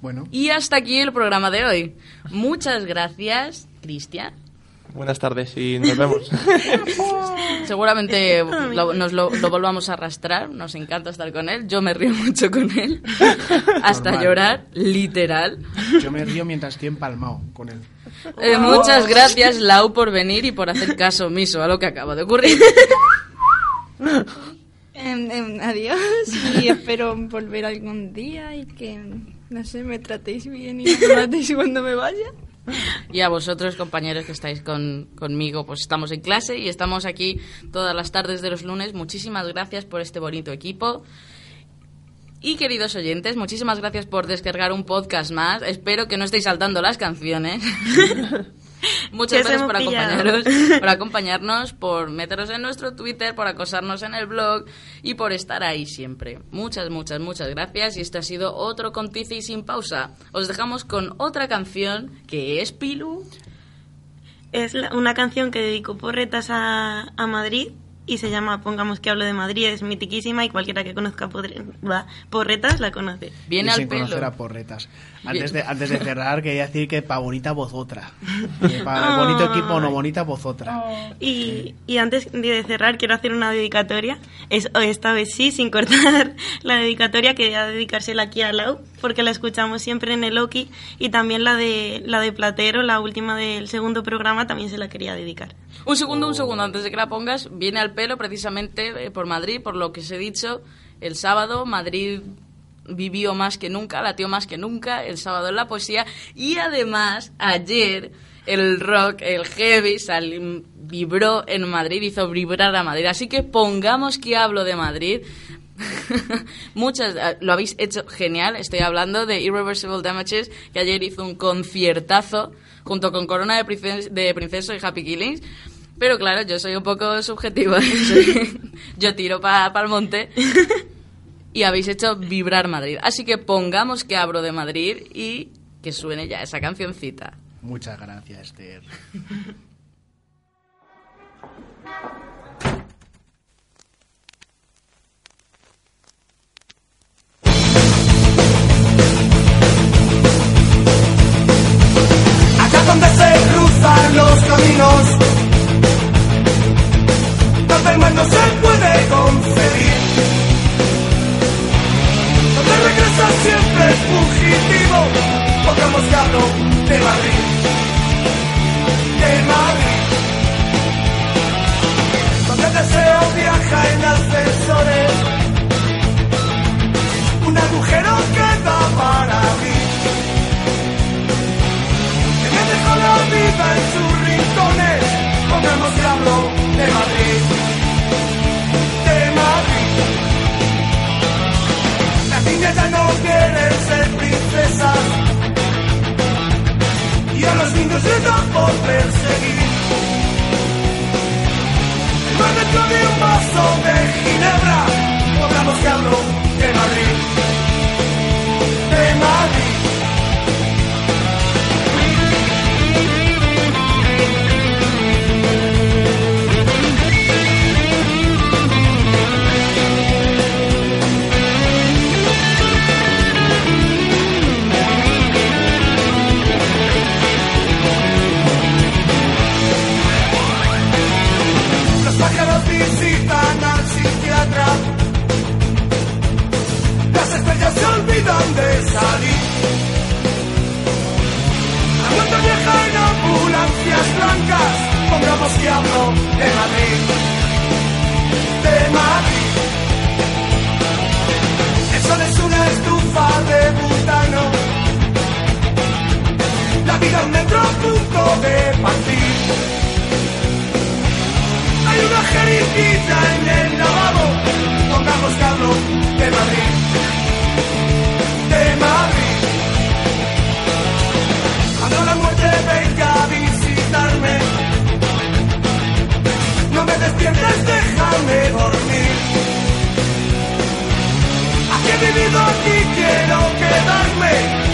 S2: Bueno,
S10: Y hasta aquí el programa de hoy. Muchas gracias, Cristian.
S9: Buenas tardes y nos vemos.
S10: Seguramente lo- nos lo, lo volvamos a arrastrar, nos encanta estar con él, yo me río mucho con él, hasta
S2: Normal.
S10: llorar, literal.
S2: yo me río mientras estoy empalmado con él.
S10: Eh, muchas gracias, Lau, por venir y por hacer caso omiso a lo que acaba de ocurrir.
S8: Em, em, adiós y espero volver algún día y que, no sé, me tratéis bien y me matéis cuando me vaya.
S10: Y a vosotros, compañeros que estáis con- conmigo, pues estamos en clase y estamos aquí todas las tardes de los lunes. Muchísimas gracias por este bonito equipo. Y queridos oyentes, muchísimas gracias por descargar un podcast más. Espero que no estéis saltando las canciones. Muchas
S3: Ya se
S10: gracias
S3: hemos
S10: por
S3: pillado.
S10: acompañaros, por acompañarnos, por meteros en nuestro Twitter, por acosarnos en el blog y por estar ahí siempre. Muchas, muchas, muchas gracias. Y este ha sido otro Contice y sin pausa. Os dejamos con otra canción que es Pilu.
S3: Es la- una canción que dedicó Porretas a, a Madrid y se llama Pongamos que hablo de Madrid. Es mitiquísima y cualquiera que conozca Podre- va, Porretas la conoce.
S2: y
S10: Viene al
S2: sin conocer
S10: pelo.
S2: a porretas. Antes de, antes de cerrar, quería decir que pa' bonita vozotra. Que Para el bonito equipo, no bonita vozotra.
S3: Y, y antes de cerrar, quiero hacer una dedicatoria. Es, o esta vez sí, sin cortar la dedicatoria, quería dedicársela aquí a Lau, porque la escuchamos siempre en el Oki. Y también la de, la de Platero, la última del segundo programa, también se la quería dedicar.
S10: Un segundo,
S2: Oh.
S10: un segundo, antes de que la pongas, viene al pelo precisamente eh, por Madrid, por lo que os he dicho. El sábado Madrid vivió más que nunca, latió más que nunca, el sábado en la poesía. Y además, ayer el rock, el heavy, sali- vibró en Madrid, hizo vibrar a Madrid. Así que pongamos que hablo de Madrid. Muchas, eh, lo habéis hecho genial. Estoy hablando de Irreversible Damages, que ayer hizo un conciertazo junto con Corona de, Princes- de Princeso y Happy Killings. Pero claro, yo soy un poco subjetiva. Soy- yo tiro para el monte y habéis hecho vibrar Madrid. Así que pongamos que abro de Madrid y que suene ya esa cancioncita.
S2: Muchas gracias, Esther.
S14: Allá donde se cruzan los caminos, donde el mal no se puede concebir, donde regresa siempre el fugitivo, poca moscado de Madrid, de Madrid, donde el deseo viaja en ascensores, un agujero queda para abrir. Que me dejó la vida en sus rincones Pongamos que hablo de Madrid De Madrid Las niñas ya no quieren ser princesas Y a los niños les da por perseguir El mar dentro de un vaso de Ginebra Pongamos que hablo de Madrid De Madrid Los pájaros visitan al psiquiatra. Las estrellas se olvidan de salir. La vuelta vieja en ambulancias blancas. Pongamos que hablo de Madrid. De Madrid. El sol es una estufa de butano. La vida un metro punto de partir. Hay una jeringuilla en el lavabo. Pongamos que hablo de Madrid. De Madrid. Cuando la muerte venga a visitarme, no me despiertes, déjame dormir. Aquí he vivido, aquí quiero quedarme.